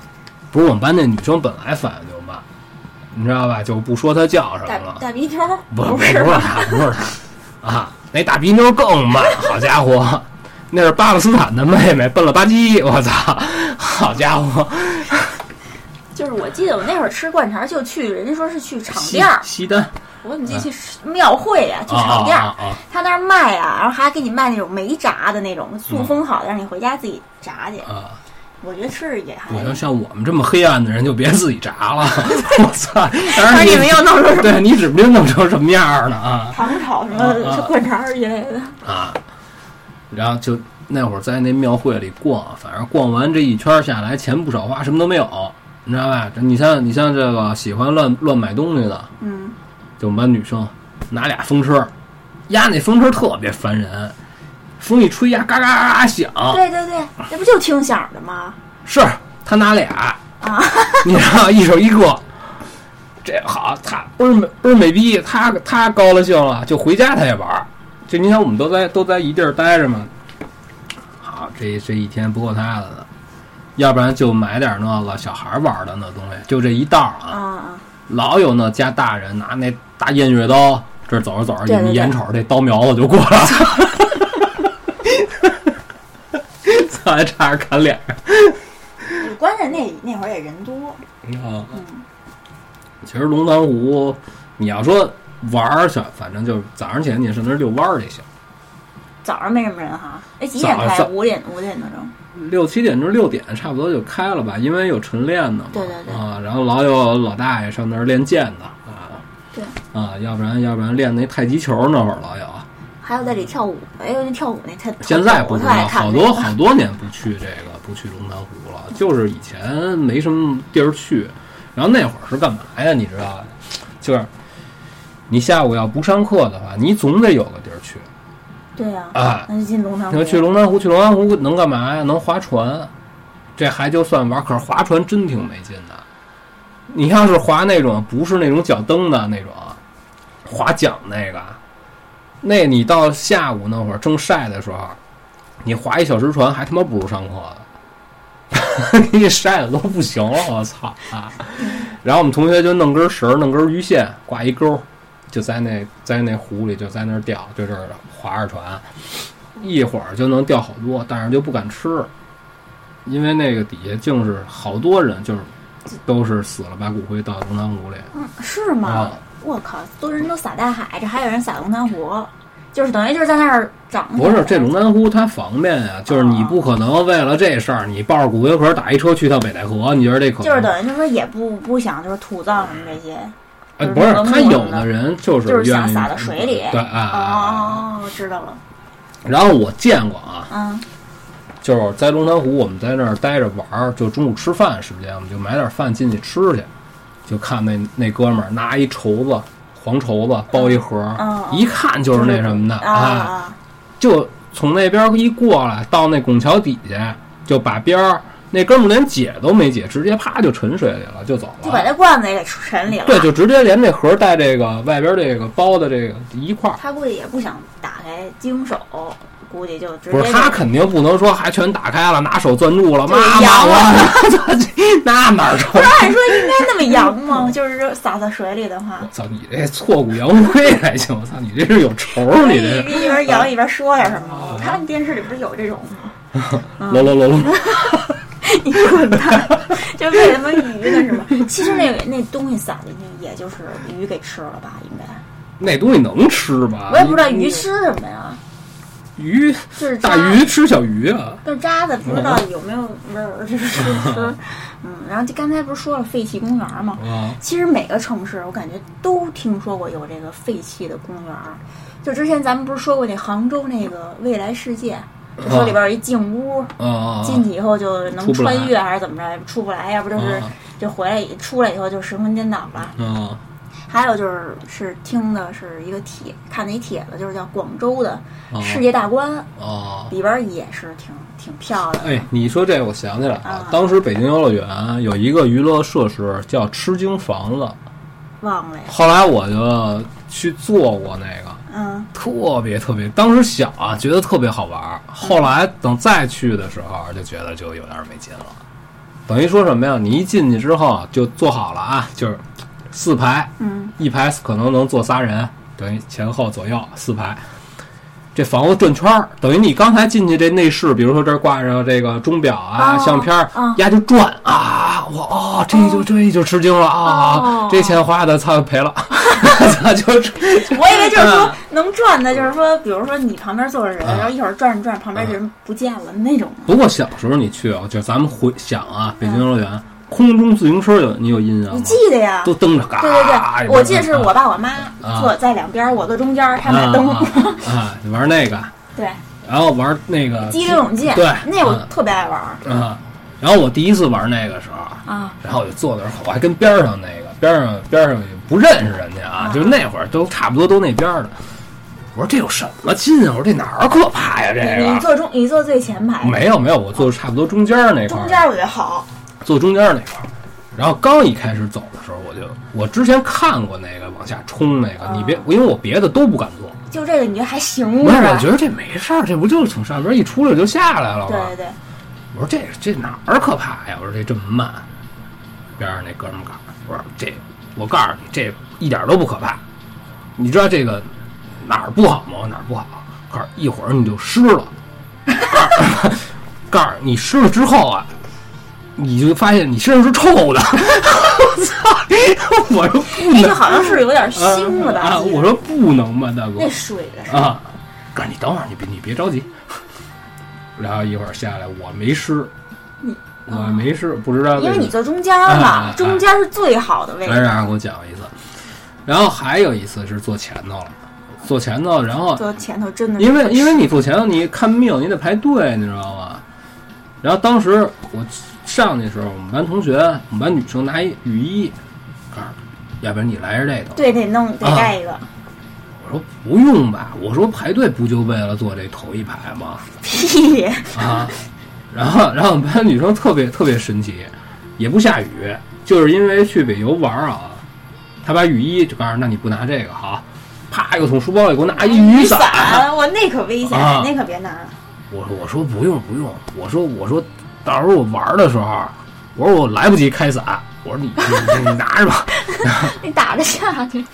Speaker 1: 不是我们班那女生本来反应就慢，你知道吧？就不说她叫什么
Speaker 2: 大
Speaker 1: 了，
Speaker 2: 大鼻挑
Speaker 1: 不不
Speaker 2: 是
Speaker 1: 不是她，不是 她啊！那大鼻妞更慢，好家伙， 那是巴勒斯坦的妹妹，笨了吧唧！我操，好家伙，
Speaker 2: 就是我记得我那会儿吃灌肠就去，人家说是去场店儿，
Speaker 1: 西单
Speaker 2: 我怎么记得去庙会呀、去
Speaker 1: 啊
Speaker 2: 场店儿，
Speaker 1: 嗯啊啊啊
Speaker 2: 他那儿卖啊，然后还给你卖那种没炸的那种，塑封好的，让你回家自己炸去。
Speaker 1: 嗯啊！
Speaker 2: 我觉得吃着也还
Speaker 1: 我。要像我们这么黑暗的人，就别自己炸 了。我操！当
Speaker 2: 而
Speaker 1: 然
Speaker 2: 你们又弄出什么
Speaker 1: 对你指不定弄成什么样儿呢啊
Speaker 2: 糖炒什
Speaker 1: 啊
Speaker 2: 么
Speaker 1: 啊
Speaker 2: 灌肠儿一类的，
Speaker 1: 啊！然后就那会儿在那庙会里逛，反正逛完这一圈下来，钱不少花，什么都没有，你知道吧？你像你像这个喜欢乱乱买东西的，
Speaker 2: 嗯，
Speaker 1: 就我们班女生拿俩风车，压那风车特别烦人，风一吹呀，嘎嘎嘎嘎响。
Speaker 2: 对对对，那不就听响儿的吗？
Speaker 1: 是他拿俩啊， 你知道一手一个，这好，他倍儿美倍儿美逼，他他高了兴了，就回家他也玩儿。就你想，我们都在都在一地儿待着嘛，好，这这一天不够他的了，要不然就买点那个小孩儿玩儿的那东西，就这一道儿
Speaker 2: 啊
Speaker 1: 啊，
Speaker 2: 啊，
Speaker 1: 老有那家大人拿那大偃月刀，这走着走着，
Speaker 2: 对对
Speaker 1: 你
Speaker 2: 对
Speaker 1: 眼瞅着这刀苗子就过来了， 操，还差点砍脸上。
Speaker 2: 就嗯关键那那会儿也人多，
Speaker 1: 啊，其实龙潭湖，你要说玩儿去，反正就是早上起来你上那儿遛弯儿就行，
Speaker 2: 早上没什么人哈。哎，几点
Speaker 1: 早
Speaker 2: 开？
Speaker 1: 早
Speaker 2: 五点五点多钟。
Speaker 1: 六七点至六点差不多就开了吧，因为有晨练的嘛，
Speaker 2: 对对对
Speaker 1: 啊，然后老有老大爷上那儿练剑的啊，
Speaker 2: 对
Speaker 1: 啊，要不然要不然练那太极球那会儿老有，
Speaker 2: 还有在里跳舞，哎呦，那跳舞那太
Speaker 1: 现在不
Speaker 2: 我
Speaker 1: 知
Speaker 2: 特爱
Speaker 1: 道，
Speaker 2: 看
Speaker 1: 好
Speaker 2: 那
Speaker 1: 多
Speaker 2: 个
Speaker 1: 好多年不去这个不去龙潭湖了，就是以前没什么地儿去，然后那会儿是干嘛呀？你知道吧，就是你下午要不上课的话，你总得有个地儿去
Speaker 2: 对呀、
Speaker 1: 啊。
Speaker 2: 那就进龙
Speaker 1: 你
Speaker 2: 潭湖
Speaker 1: 说。去龙潭湖，去龙潭湖能干嘛呀？能划船，这还就算玩儿。可是划船真挺没劲的。你要是划那种不是那种脚蹬的那种，划桨那个，那你到下午那会儿正晒的时候，你划一小时船，还他妈不如上课呢。 给你晒的都不行了，我操、啊！然后我们同学就弄根绳儿，弄根鱼线，挂一钩儿，就在那在那湖里，就在那儿钓，就这儿划着船，一会儿就能钓好多，但是就不敢吃，因为那个底下竟是好多人，就是都是死了把骨灰倒龙潭湖里。
Speaker 2: 嗯，是吗
Speaker 1: 啊？
Speaker 2: 我靠，都人都撒大海，这还有人撒龙潭湖，就是等于就是在那儿长的。
Speaker 1: 不是这龙潭湖它方便啊，就是你不可能为了这事儿，你抱着骨灰盒打一车去趟北戴河，你觉得这可能？
Speaker 2: 就是等于就是说也不不想就是土葬什么这些。
Speaker 1: 哎，
Speaker 2: 就是
Speaker 1: 不是，
Speaker 2: 龙潭
Speaker 1: 他
Speaker 2: 湖
Speaker 1: 有
Speaker 2: 呢
Speaker 1: 的人就是
Speaker 2: 就是想
Speaker 1: 愿意
Speaker 2: 撒到水里
Speaker 1: 对，哎，哎
Speaker 2: 哦，知道了，
Speaker 1: 然后我见过啊，
Speaker 2: 嗯
Speaker 1: 就是在龙潭湖，我们在那儿待着玩儿，就中午吃饭时间，我们就买点饭进去吃去，就看那那哥们儿拿一绸子，黄绸子包一盒儿，
Speaker 2: 嗯嗯
Speaker 1: 一看就是那什么的，
Speaker 2: 啊
Speaker 1: 哎，
Speaker 2: 啊，
Speaker 1: 就从那边一过来，到那拱桥底下就把边儿，那哥们儿连解都没解，直接啪就沉水里了，就走
Speaker 2: 就把
Speaker 1: 了。
Speaker 2: 那罐子也给沉里了。
Speaker 1: 对，就直接连这盒儿带这个外边儿这个包的这个一块儿，
Speaker 2: 他估计也不想打开经手，估计就直接
Speaker 1: 不是他肯定不能说还全打开了，拿手攥住了，
Speaker 2: 就
Speaker 1: 妈
Speaker 2: 是
Speaker 1: 妈
Speaker 2: 扬
Speaker 1: 我，那哪儿成？
Speaker 2: 按说应该那么扬吗？就是说撒到水里的 话，
Speaker 1: 操你这挫骨扬灰还行，我操你这是有仇儿，你这
Speaker 2: 一边摇一边说点什么。我看电视里不是有这种吗？嗯
Speaker 1: 喽喽喽喽，
Speaker 2: 你滚蛋！就为什么鱼呢？是吗？其实那那东西撒进去，也就是鱼给吃了吧？应该
Speaker 1: 那东西能吃吧？
Speaker 2: 我也不知道鱼吃什么呀，
Speaker 1: 鱼
Speaker 2: 就是
Speaker 1: 大
Speaker 2: 渣
Speaker 1: 鱼吃小鱼啊，
Speaker 2: 就是渣子，不知道有没有味儿， 就是吃吃。嗯，然后就刚才不是说了废弃公园吗？
Speaker 1: 啊，
Speaker 2: 其实每个城市我感觉都听说过有这个废弃的公园儿。就之前咱们不是说过那杭州那个未来世界，就说里边有一静屋，
Speaker 1: 啊啊
Speaker 2: 进去以后就能
Speaker 1: 出不来
Speaker 2: 穿越还是怎么着？出不来，要不就是
Speaker 1: 啊
Speaker 2: 就回来以出来以后就神魂颠倒了。
Speaker 1: 啊
Speaker 2: 还有就是是听的是一个帖，看的一帖子，就是叫广州的
Speaker 1: 啊
Speaker 2: 世界大观，
Speaker 1: 啊！
Speaker 2: 里边也是挺挺漂亮的。
Speaker 1: 哎，你说这我想起来了
Speaker 2: 啊，
Speaker 1: 当时北京游乐园有一个娱乐设施叫吃惊房子，
Speaker 2: 忘了，
Speaker 1: 后来我就去做过那个，
Speaker 2: 嗯，
Speaker 1: 特别特别，当时小啊，觉得特别好玩儿。后来等再去的时候，啊就觉得就有点没劲了。等于说什么呀？你一进去之后就坐好了啊，就是四排，
Speaker 2: 嗯，
Speaker 1: 一排可能能坐仨人，等于前后左右四排。这房子转圈儿，等于你刚才进去这内饰，比如说这儿挂上这个钟表啊、
Speaker 2: 哦
Speaker 1: 相片儿
Speaker 2: 哦，
Speaker 1: 呀、就转啊，我哦，这就这就吃惊了啊，
Speaker 2: 哦
Speaker 1: 这钱花的操赔了， 操就
Speaker 2: 我以为就是说
Speaker 1: 嗯
Speaker 2: 能转的，就是说，比如说你旁边坐着人，
Speaker 1: 嗯
Speaker 2: 然后一会儿转着转着，旁边这
Speaker 1: 啊
Speaker 2: 人不见了那种。
Speaker 1: 不过小时候你去啊，就咱们回想啊，北京游乐园、空中自行车有你有印象吗？
Speaker 2: 你记得呀？
Speaker 1: 都蹬着嘎，哎
Speaker 2: 对对对，我记得是我爸我妈
Speaker 1: 啊
Speaker 2: 坐在两边，我坐中间，他
Speaker 1: 啊
Speaker 2: 们俩蹬。
Speaker 1: 啊啊，你玩那个，
Speaker 2: 对，
Speaker 1: 然后玩那个
Speaker 2: 激流勇进，
Speaker 1: 对
Speaker 2: 那我特别爱玩儿
Speaker 1: 啊，然后我第一次玩那个时候，
Speaker 2: 啊。
Speaker 1: 然后我就坐那儿，我还跟边儿上那个边儿上边儿上也不认识人家啊，就是那会儿都差不多都那边儿的。我说这有什么劲啊？我说这哪儿可怕哎呀？这
Speaker 2: 你你
Speaker 1: 个
Speaker 2: 坐中，你坐最前排，
Speaker 1: 没有没有，我坐差不多中间儿那块儿
Speaker 2: 中。间我觉得好，
Speaker 1: 坐中间那块儿。然后刚一开始走的时候，我就我之前看过那个往下冲那个，你别因为我别的都不敢做，
Speaker 2: 就这个你觉得还行
Speaker 1: 不是，我
Speaker 2: 吧
Speaker 1: 觉？得这没事儿，这不就是从上边一出来就下来了
Speaker 2: 对
Speaker 1: 吗
Speaker 2: 对？对，
Speaker 1: 我说这这哪儿可怕呀？我说这这么慢，边上那哥们儿告诉我我说这我告诉你，这一点都不可怕。你知道这个哪儿不好吗？哪儿不好？告诉一会儿你就湿了。 告诉告诉你湿了之后啊，你就发现你身上是臭的。 我操！我说不
Speaker 2: 那
Speaker 1: 能
Speaker 2: 哎就好像是有点腥了
Speaker 1: 啊！
Speaker 2: 吧？
Speaker 1: 我说不能吧，大哥。
Speaker 2: 那水的是
Speaker 1: 啊，告诉你等会儿，你别你别着急。然后一会儿下来，我没湿，我没湿，不知道
Speaker 2: 啊因为你
Speaker 1: 什么。
Speaker 2: 坐中间
Speaker 1: 啊啊
Speaker 2: 嘛
Speaker 1: 啊，
Speaker 2: 中间是最好的位
Speaker 1: 来，
Speaker 2: 置，
Speaker 1: 然后给我讲一次，然后还有一次是坐前头了，坐前头，然后
Speaker 2: 坐前头真的是
Speaker 1: 因为因为你坐前头，你看命，你得排队，你知道吗？然后当时我上去的时候，我们班同学，我们班女生拿一雨衣，告诉你，要不然你来着这个，
Speaker 2: 对得弄得
Speaker 1: 啊
Speaker 2: 盖一个，
Speaker 1: 我说不用吧，我说排队不就为了坐这头一排吗？
Speaker 2: 屁，
Speaker 1: 啊，然后然后我们班女生特别特别神奇，也不下雨，就是因为去北邮玩儿啊，她把雨衣就告诉那你不拿这个哈，啪又从书包里给我拿一雨伞。
Speaker 2: 伞，我那可危险，
Speaker 1: 啊
Speaker 2: 那可别拿了。
Speaker 1: 我说我说不用不用，我说我说到时候我玩儿的时候，我说我来不及开伞，我说你你你你拿着吧，
Speaker 2: 你打得下去，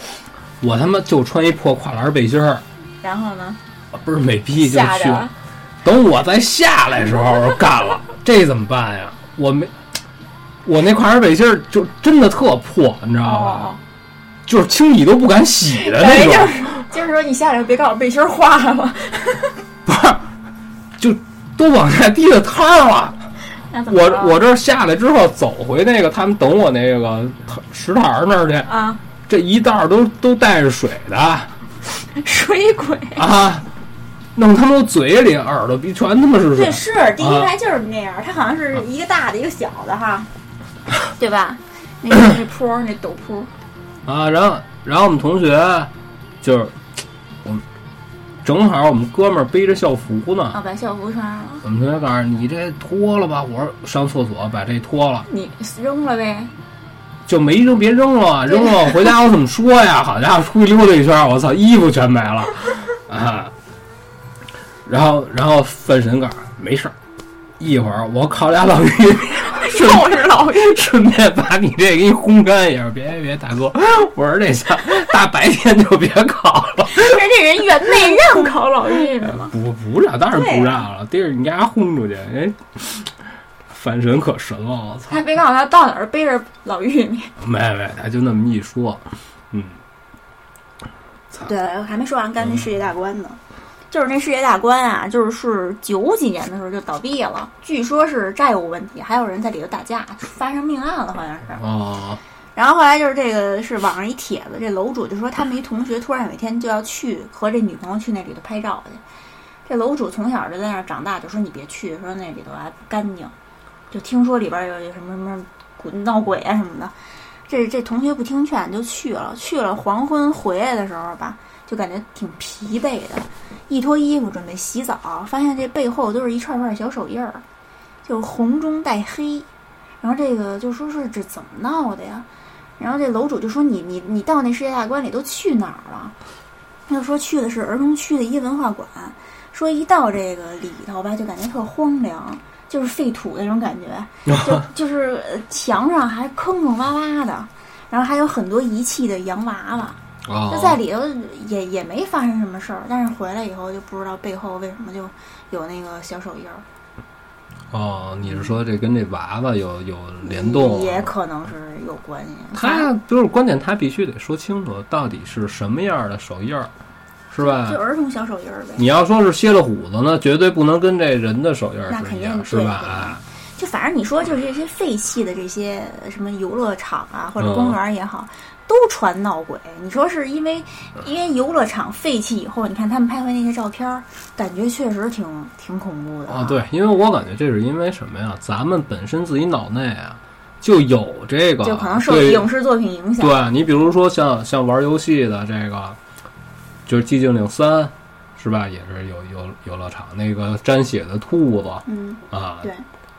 Speaker 1: 我他妈就穿一破跨栏背心儿，
Speaker 2: 然后呢？
Speaker 1: 倍儿美逼就
Speaker 2: 吓
Speaker 1: 去啊
Speaker 2: 着
Speaker 1: 了。等我再下来的时候，我说干了，这怎么办呀？我没，我那跨栏背心儿就真的特破，你知道吧？
Speaker 2: 哦，
Speaker 1: 就是清理都不敢洗的
Speaker 2: 感
Speaker 1: 哎那
Speaker 2: 觉就
Speaker 1: 种，
Speaker 2: 是就是说你下来别告诉我背心儿花了，
Speaker 1: 不是，就都往下滴的汤儿
Speaker 2: 哦
Speaker 1: 了。
Speaker 2: 那怎么
Speaker 1: 我
Speaker 2: 着啊
Speaker 1: 我这儿下来之后走回那个他们等我那个石台儿那儿去，
Speaker 2: 啊，
Speaker 1: 这一袋儿都都带着水的
Speaker 2: 水鬼。
Speaker 1: 啊，弄他们嘴里、耳朵、鼻全他妈是水
Speaker 2: 对，。是第
Speaker 3: 啊
Speaker 2: 一排就是那样，它好像是一个大的，一个小 的哈，对吧？那个那坡儿那陡坡，
Speaker 1: 啊，然后然后我们同学就是我们正好我们哥们儿背着校服
Speaker 2: 啊，
Speaker 1: 呢，
Speaker 2: 把校服穿上了，
Speaker 1: 我们同学告诉你这脱了吧，我说上厕所把这脱了，
Speaker 2: 你扔 了呗，
Speaker 1: 就没扔别扔了，扔了回家我怎么说呀？ 好家伙，出去溜达一圈儿，我操，衣服全没 了啊！然后然后范神告诉我没事儿。一会儿我烤俩 老鱼，顺
Speaker 2: 是老
Speaker 1: 顺便把你这给你烘干一下。别别别，大哥， 我说这下大白天就别烤 了。
Speaker 2: 人这人原内让烤老玉呢 嘛，
Speaker 1: 不不让，当然不让了，逮着你丫轰出去， 人反神可神了，我操！
Speaker 2: 他别告诉他到哪儿背着老玉呢。
Speaker 1: 没没，他就那么一说，嗯，
Speaker 3: 对，我还没说完，刚
Speaker 2: 嗯
Speaker 3: 才那世界大观呢，就是那世界大观啊，就是是
Speaker 2: 九几年的时候就倒闭了，据说是债务问题，还有人在里头打架，发生命案了，好像是。
Speaker 1: 哦，
Speaker 3: 然后后来就是这个是网上一帖子，这楼主就说他们一同学突然有一天就要去和这女朋友去那里头拍照去，这楼主从小就在那儿长大，就说你别去，说那里头还不干净，就听说里边有有什么什么鬼闹鬼啊什么的。这这同学不听劝就去了，去了黄昏回来的时候吧，就感觉挺疲惫的，一脱衣服准备洗澡，发现这背后都是一串串小手印儿，就是红中带黑。然后这个就说是这怎么闹的呀？然后这楼主就说你你你到那世界大观里都去哪儿了？他就说去的是儿童区的一文化馆，说一到这个里头吧，就感觉特荒凉，就是废土那种感觉， 就就是呃墙上还坑坑洼洼的，然后还有很多遗弃的洋娃娃，
Speaker 1: 哦
Speaker 3: 就在里头也也没发生什么事儿，但是回来以后就不知道背后为什么就有那个小手印儿，
Speaker 1: 哦，你是说这跟这娃娃有有联动？啊
Speaker 3: 也可能是有关系。
Speaker 1: 他就是关键，他必须得说清楚到底是什么样的手印儿，是吧
Speaker 3: 就？儿童小手印儿呗。
Speaker 1: 你要说是蝎了虎子呢，绝对不能跟这人的手印儿
Speaker 3: 那
Speaker 1: 是
Speaker 3: 肯
Speaker 1: 一
Speaker 3: 定
Speaker 1: 样，是
Speaker 3: 对
Speaker 1: 吧？
Speaker 3: 对
Speaker 1: 啊
Speaker 3: 就反正你说就是这些废弃的这些呃什么游乐场啊，或者
Speaker 1: 嗯
Speaker 3: 公园儿也好，都传闹鬼。你说是因为
Speaker 1: 嗯
Speaker 3: 因为游乐场废弃以后，你看他们拍回那些照片儿，感觉确实挺挺恐怖的
Speaker 1: 啊，对，因为我感觉这是因为什么呀？咱们本身自己脑内啊就有这个，
Speaker 3: 就可能受
Speaker 1: 对
Speaker 3: 影视作品影响。
Speaker 1: 对你比如说像像玩游戏的这个，就是《寂静岭三》，是吧？也是有有游乐场那个沾血的兔子
Speaker 3: 嗯，
Speaker 1: 啊，
Speaker 3: 对，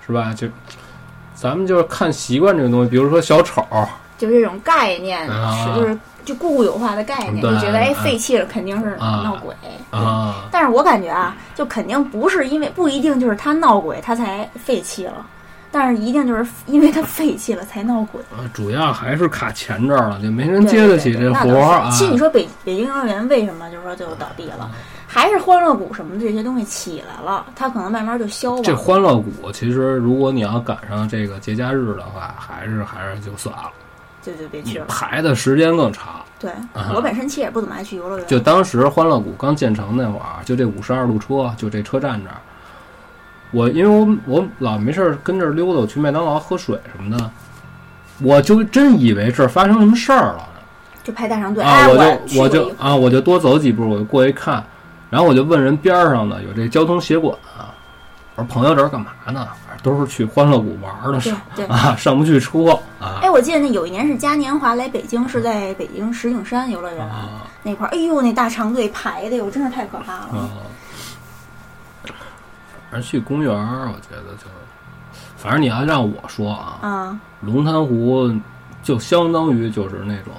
Speaker 1: 是吧？就咱们就是看习惯这个东西，比如说小丑，
Speaker 2: 就这种概念，
Speaker 1: 啊
Speaker 2: 是就是就固有化的概念，
Speaker 1: 对
Speaker 2: 就觉得哎
Speaker 1: 啊
Speaker 2: 废弃了肯定是
Speaker 1: 啊
Speaker 2: 闹鬼。
Speaker 1: 啊，
Speaker 2: 但是我感觉啊，就肯定不是因为不一定就是他闹鬼他才废弃了，但是一定就是因为他废弃了才闹鬼。
Speaker 1: 呃主要还是卡钱这儿了，就没人
Speaker 2: 对
Speaker 1: 接得
Speaker 2: 对
Speaker 1: 起
Speaker 2: 对
Speaker 1: 这
Speaker 2: 那
Speaker 1: 活
Speaker 2: 倒
Speaker 1: 儿
Speaker 2: 是
Speaker 1: 啊。嗯
Speaker 2: 其实你说北北京幼儿园为什么就是说就倒闭了，还是欢乐谷什么的这些东西起来了，它可能慢慢就消亡
Speaker 1: 这。欢乐谷其实，如果你要赶上这个节假日的话，还是还是就算了，
Speaker 2: 就就别
Speaker 1: 你
Speaker 2: 去了。
Speaker 1: 排的时间更长。
Speaker 2: 对
Speaker 1: 啊
Speaker 2: 我本身其实也不怎么爱去游乐园，
Speaker 1: 就当时欢乐谷刚建成那会儿，就这五十二路车，就这车站这儿，我因为我我老没事儿跟这儿溜达，我去麦当劳喝水什么的，我就真以为这儿发生什么事儿了呢
Speaker 2: 就排大长队。
Speaker 1: 啊！
Speaker 2: 哎，
Speaker 1: 就
Speaker 2: 去过
Speaker 1: 我
Speaker 2: 一
Speaker 1: 就啊我就多走几步，我就过去看，然后我就问人边儿上的有这交通协管啊，我说朋友这儿干嘛呢？反正都是去欢乐谷玩儿的是
Speaker 2: 对对。
Speaker 1: 啊， 上不去车啊
Speaker 2: 哎，我记得那有一年是嘉年华来北京，是在北京石景山游乐园、
Speaker 1: 啊
Speaker 2: 那块儿。哎呦，那大长队排的哟，真是太可怕了。
Speaker 1: 啊！反正去公园儿，我觉得就，反正你要让我说啊，
Speaker 2: 啊，
Speaker 1: 龙潭湖就相当于就是那种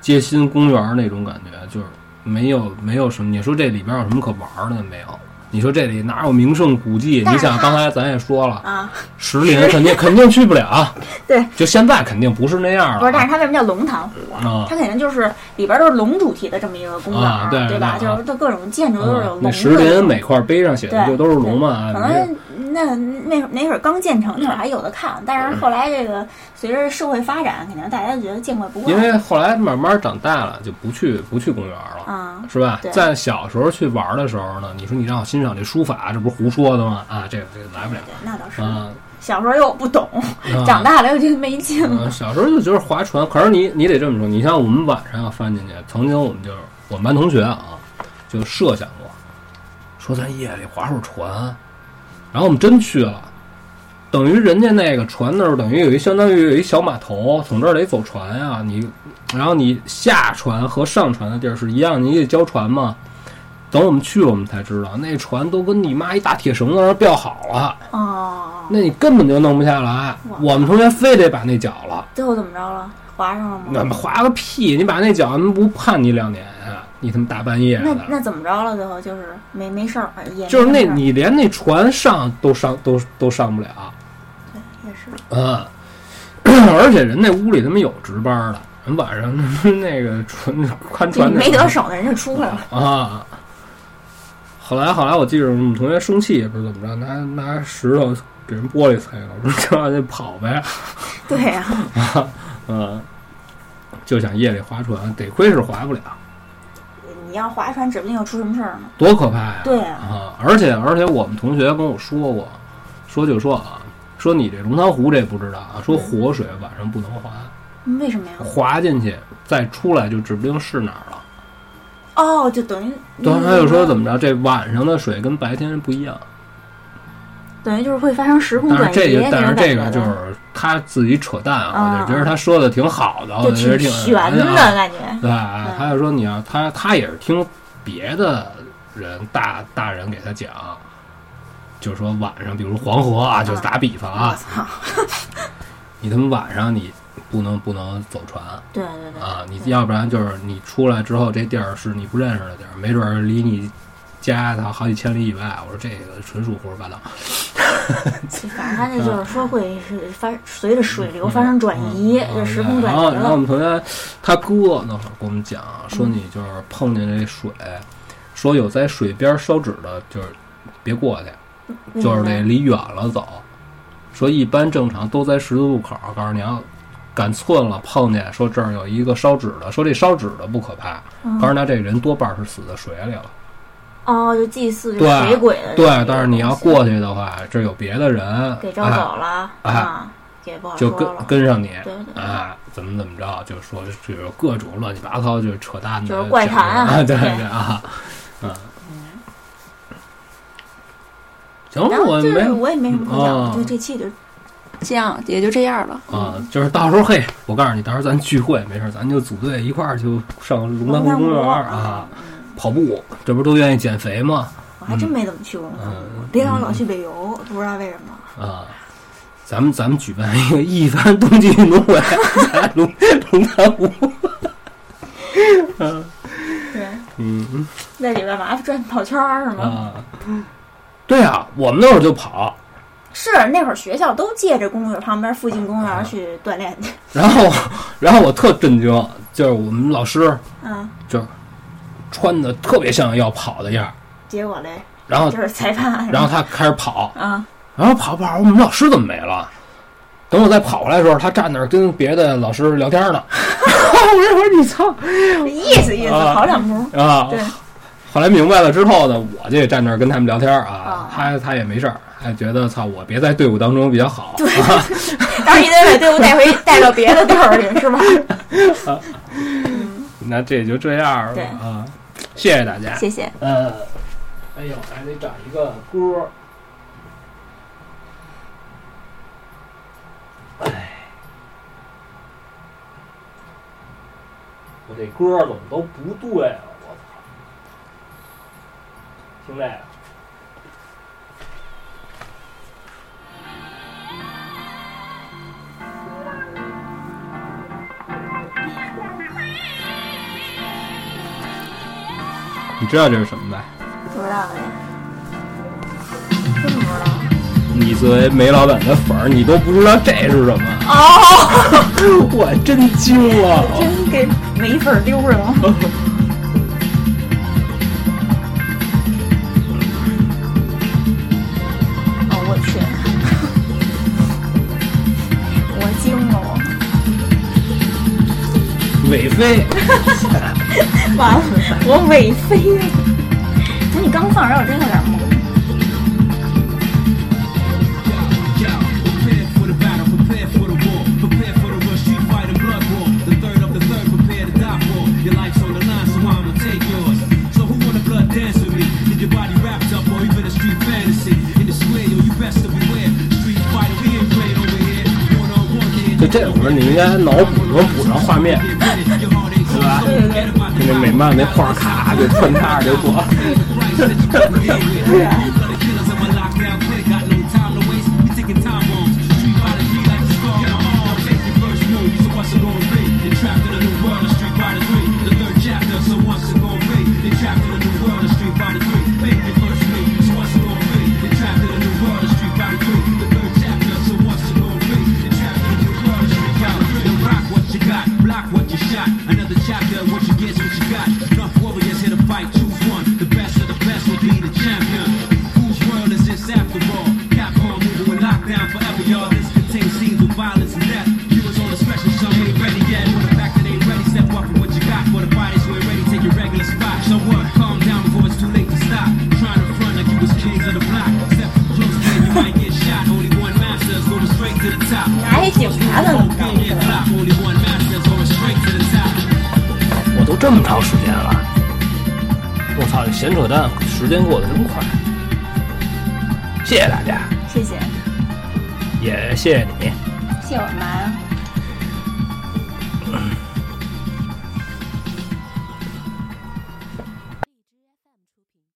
Speaker 1: 街心公园儿那种感觉，就是没有没有什么。你说这里边儿有什么可玩儿的没有？你说这里哪有名胜古迹？
Speaker 2: 但
Speaker 1: 你
Speaker 2: 是
Speaker 1: 想，
Speaker 2: 它
Speaker 1: 刚才咱也说了，
Speaker 2: 啊，
Speaker 1: 石林肯定肯定去不了。啊
Speaker 2: 对，
Speaker 1: 就现在肯定不是那样
Speaker 2: 不是，
Speaker 1: 了
Speaker 2: 但是它为什么叫龙潭湖
Speaker 1: 啊
Speaker 2: 它肯定就是里边都是龙主题的这么一个公园儿，
Speaker 1: 啊对
Speaker 2: 对吧？
Speaker 1: 对
Speaker 2: 就
Speaker 1: 啊
Speaker 2: 是它各种建筑都是有
Speaker 1: 嗯。
Speaker 2: 龙
Speaker 1: 那
Speaker 2: 的。
Speaker 1: 石林每块碑上写的就都是龙嘛，
Speaker 2: 可
Speaker 1: 啊
Speaker 2: 能那那那会儿刚建成那会儿还有的看，但
Speaker 1: 嗯
Speaker 2: 是后来这个随着社会发展，肯定大家觉得见怪不
Speaker 1: 因
Speaker 2: 怪。
Speaker 1: 为后来慢慢长大了，就不去不去公园了。
Speaker 2: 啊，
Speaker 1: 是吧
Speaker 2: 对？
Speaker 1: 在小时候去玩的时候呢，你说你让我欣赏这书法，这不是胡说的吗？啊，这个这个来不了
Speaker 2: 对，那倒是。
Speaker 1: 啊。
Speaker 2: 小时候又不懂，
Speaker 1: 啊
Speaker 2: 长大了又觉得没劲了。
Speaker 1: 嗯，小时候就觉得划船，可是你你得这么说，你像我们晚上要翻进去，曾经我们就是我们班同学啊，就设想过，说咱夜里划会儿船，然后我们真去了，等于人家那个船那儿等于有一相当于有一小码头，从这儿得走船呀、你然后你下船和上船的地儿是一样，你得交船嘛。等我们去了，我们才知道那船都跟你妈一大铁绳子上吊好了，
Speaker 2: 哦，
Speaker 1: 那你根本就弄不下来。我们同学非得把那绞了。
Speaker 2: 最后怎么着了？划上了吗？
Speaker 1: 那么划个屁！你把那脚，那不判你两年啊？你他妈大半夜
Speaker 2: 那
Speaker 1: 的，
Speaker 2: 那怎么着了？最后就是没没事儿，也没
Speaker 1: 就是那
Speaker 2: 什么事
Speaker 1: 你连那船上都上都都上不了
Speaker 2: 儿也是
Speaker 1: 啊！ 而且人那屋里他妈有值班的，人晚上那个船看
Speaker 2: 就
Speaker 1: 船
Speaker 2: 你
Speaker 1: 的
Speaker 2: 没得手的人就出来了。
Speaker 1: 啊。后来后来，我记着我们同学生气也不知道怎么着，拿拿石头给人玻璃碎了，我说这就跑呗，
Speaker 2: 对啊呀、
Speaker 1: 嗯，就想夜里划船，得亏是划不了，
Speaker 2: 你要划船，指不定又出什么事儿呢。
Speaker 1: 多可怕呀！
Speaker 2: 对呀、
Speaker 1: 啊，而且而且我们同学跟我说过，说就说啊，说你这龙潭湖这不知道啊，
Speaker 2: 嗯
Speaker 1: 说活水晚上不能滑，
Speaker 2: 为什么呀？
Speaker 1: 滑进去再出来就指不定是哪儿了。
Speaker 2: 哦，就等于
Speaker 1: 对，啊他就说怎
Speaker 2: 么
Speaker 1: 么着，这晚上的水跟白天不一样。
Speaker 2: 等于就是会发生时空
Speaker 1: 但是
Speaker 2: 转移
Speaker 1: 这个
Speaker 2: 那种
Speaker 1: 但是
Speaker 2: 感
Speaker 1: 这
Speaker 2: 觉
Speaker 1: 个
Speaker 2: 的
Speaker 1: 就是他自己扯淡啊，
Speaker 2: 啊
Speaker 1: 我就觉得他说的挺好的，我
Speaker 2: 就
Speaker 1: 觉得
Speaker 2: 挺
Speaker 1: 哦挺
Speaker 2: 悬的嗯
Speaker 1: 啊
Speaker 2: 感觉。
Speaker 1: 对，他就说你要他他也是听别的人大大人给他讲，就是说晚上，比如黄河啊，就是打比方
Speaker 2: 我
Speaker 1: 啊，
Speaker 2: 操！
Speaker 1: 你他妈晚上你不能不能走船
Speaker 2: 对对对，
Speaker 1: 啊，你要不然就是你出来之后这地儿是你不认识的地儿，没准儿离你家他好几千里以外。我说这个纯属胡说八道。
Speaker 2: 反正他那就是说会是
Speaker 1: 嗯
Speaker 2: 发随着水流发生转移，就时空转
Speaker 1: 然后，
Speaker 2: 移
Speaker 1: 然后我
Speaker 2: 了。
Speaker 1: 们同学他哥那会儿跟我们讲，说你就是碰见这水，说有在水边烧纸的，就是别过去，
Speaker 2: 为什
Speaker 1: 就
Speaker 2: 么
Speaker 1: 是得离远了走。说一般正常都在十字路口，告诉你要赶寸了碰见，说这儿有一个烧纸的，说这烧纸的不可怕，告诉他这人多半是死在水里了。
Speaker 2: 嗯哦，就祭祀就
Speaker 1: 对
Speaker 2: 水鬼的这
Speaker 1: 对
Speaker 2: 个东西。，
Speaker 1: 但是你要过去的话，这有别的人
Speaker 2: 哎给招走
Speaker 1: 哎
Speaker 2: 了
Speaker 1: 哎
Speaker 2: 啊，也不好
Speaker 1: 就
Speaker 2: 说
Speaker 1: 跟
Speaker 2: 了。
Speaker 1: 跟上你，
Speaker 2: 对对对
Speaker 1: 啊，怎么怎么着，就说这有各种乱七八糟，就是扯淡的，
Speaker 2: 就是怪谈啊
Speaker 1: 啊，对
Speaker 2: 对
Speaker 1: 对啊，嗯，行，
Speaker 2: 然后
Speaker 1: 我
Speaker 2: 就
Speaker 1: 没
Speaker 2: 是
Speaker 1: 有
Speaker 2: 我也没什么可讲的，
Speaker 1: 嗯
Speaker 2: 就这期就这样，也就这样了。
Speaker 1: 啊，就是到时候嘿，我告诉你，到时候咱聚会没事儿，咱就组队一块儿就上龙潭湖公园儿啊，跑步，这不都愿意减肥吗？
Speaker 2: 我还真没怎么去过龙潭湖
Speaker 1: 嗯，
Speaker 2: 别让我老去北邮，不知道为什么。
Speaker 1: 啊。咱们咱们举办一个一番冬季运动会， 在龙龙潭湖，
Speaker 2: 对，
Speaker 1: 嗯。
Speaker 2: 在里边嘛转跑圈儿是吗？
Speaker 1: 啊，对啊，我们那会儿就跑，
Speaker 2: 是那会儿学校都借着公园旁边附近公
Speaker 1: 啊
Speaker 2: 园去锻炼去。
Speaker 1: 然后然后我特震惊，就是我们老师
Speaker 2: 嗯，
Speaker 1: 就是穿的特别像要跑的样儿，
Speaker 2: 结果嘞，
Speaker 1: 然后
Speaker 2: 就是裁判。
Speaker 1: 啊然后他开始跑，
Speaker 2: 啊，
Speaker 1: 然后跑跑，我们老师怎么没了？等我再跑回来的时候，他站那儿跟别的老师聊天呢。 我这会儿你操
Speaker 2: 意思意思，
Speaker 1: 啊
Speaker 2: 跑两步。
Speaker 1: 啊！
Speaker 2: 对，
Speaker 1: 后来明白了之后呢，我就也站那儿跟他们聊天儿
Speaker 2: 啊
Speaker 1: 啊，他他也没事儿，还觉得操我别在队伍当中比较好。
Speaker 2: 当时你得把队伍带 回带到别的地儿去，是吧？
Speaker 1: 那这也就这样
Speaker 2: 对
Speaker 1: 了啊，谢谢大家。
Speaker 2: 谢谢。
Speaker 1: 呃，哎呦，还得找一个歌儿。哎，我这歌儿怎么都不对啊！我操！听这个。你知道这是什么吧？
Speaker 2: 不知道呀，
Speaker 1: 你作为煤老板的粉儿，你都不知道这是什么，
Speaker 2: 哦，
Speaker 1: 哎我真惊了。
Speaker 2: 真给眉粉溜 了。哦，我去， 我惊了我。
Speaker 1: 韦飞，
Speaker 2: 完了，我尾飞了。那哎你刚放着，我真有点懵。
Speaker 4: Prepare for the battle, prepare for the war, prepare for the rush, street fight and blood war. The third of the third, prepare to die for. Your life's on the line, so I'ma take yours. So who wanna blood dance with me? Get your body wrapped up, or even a street fantasy. In the square, yo, you best to beware. Street fighter, we ain't playing over here. One on one, yeah.
Speaker 1: 就这会儿你应该脑补能补上画面，
Speaker 4: Get ready, your heart ain't
Speaker 1: 对吧？就那美漫那画儿咔就穿插着就过来。
Speaker 4: Another chapter, of what you get is what you got. Enough warriors here to fight, choose one. The best of the best will be the champion. Whose world is this after all? Capcom moving with lockdown forever, y'all. This contains scenes with violence and death. You was on a special, some ain't ready yet. For the fact that they ain't ready, step up with what you got. For the bodies who ain't ready, take your regular spot. So what? Calm down before it's too late to stop. Trying to front like you was kings of the block. Step close, man, you might get shot. Only one master is going straight to the top.
Speaker 2: 拿这哎警察怎么
Speaker 4: Whole game get blocked. Only one master is going straight to the top.
Speaker 1: 我都这么长时间了，我操，这闲扯淡，时间过得真快。谢谢大家，
Speaker 2: 谢谢，
Speaker 1: 也谢谢你。
Speaker 2: 谢我妈呀。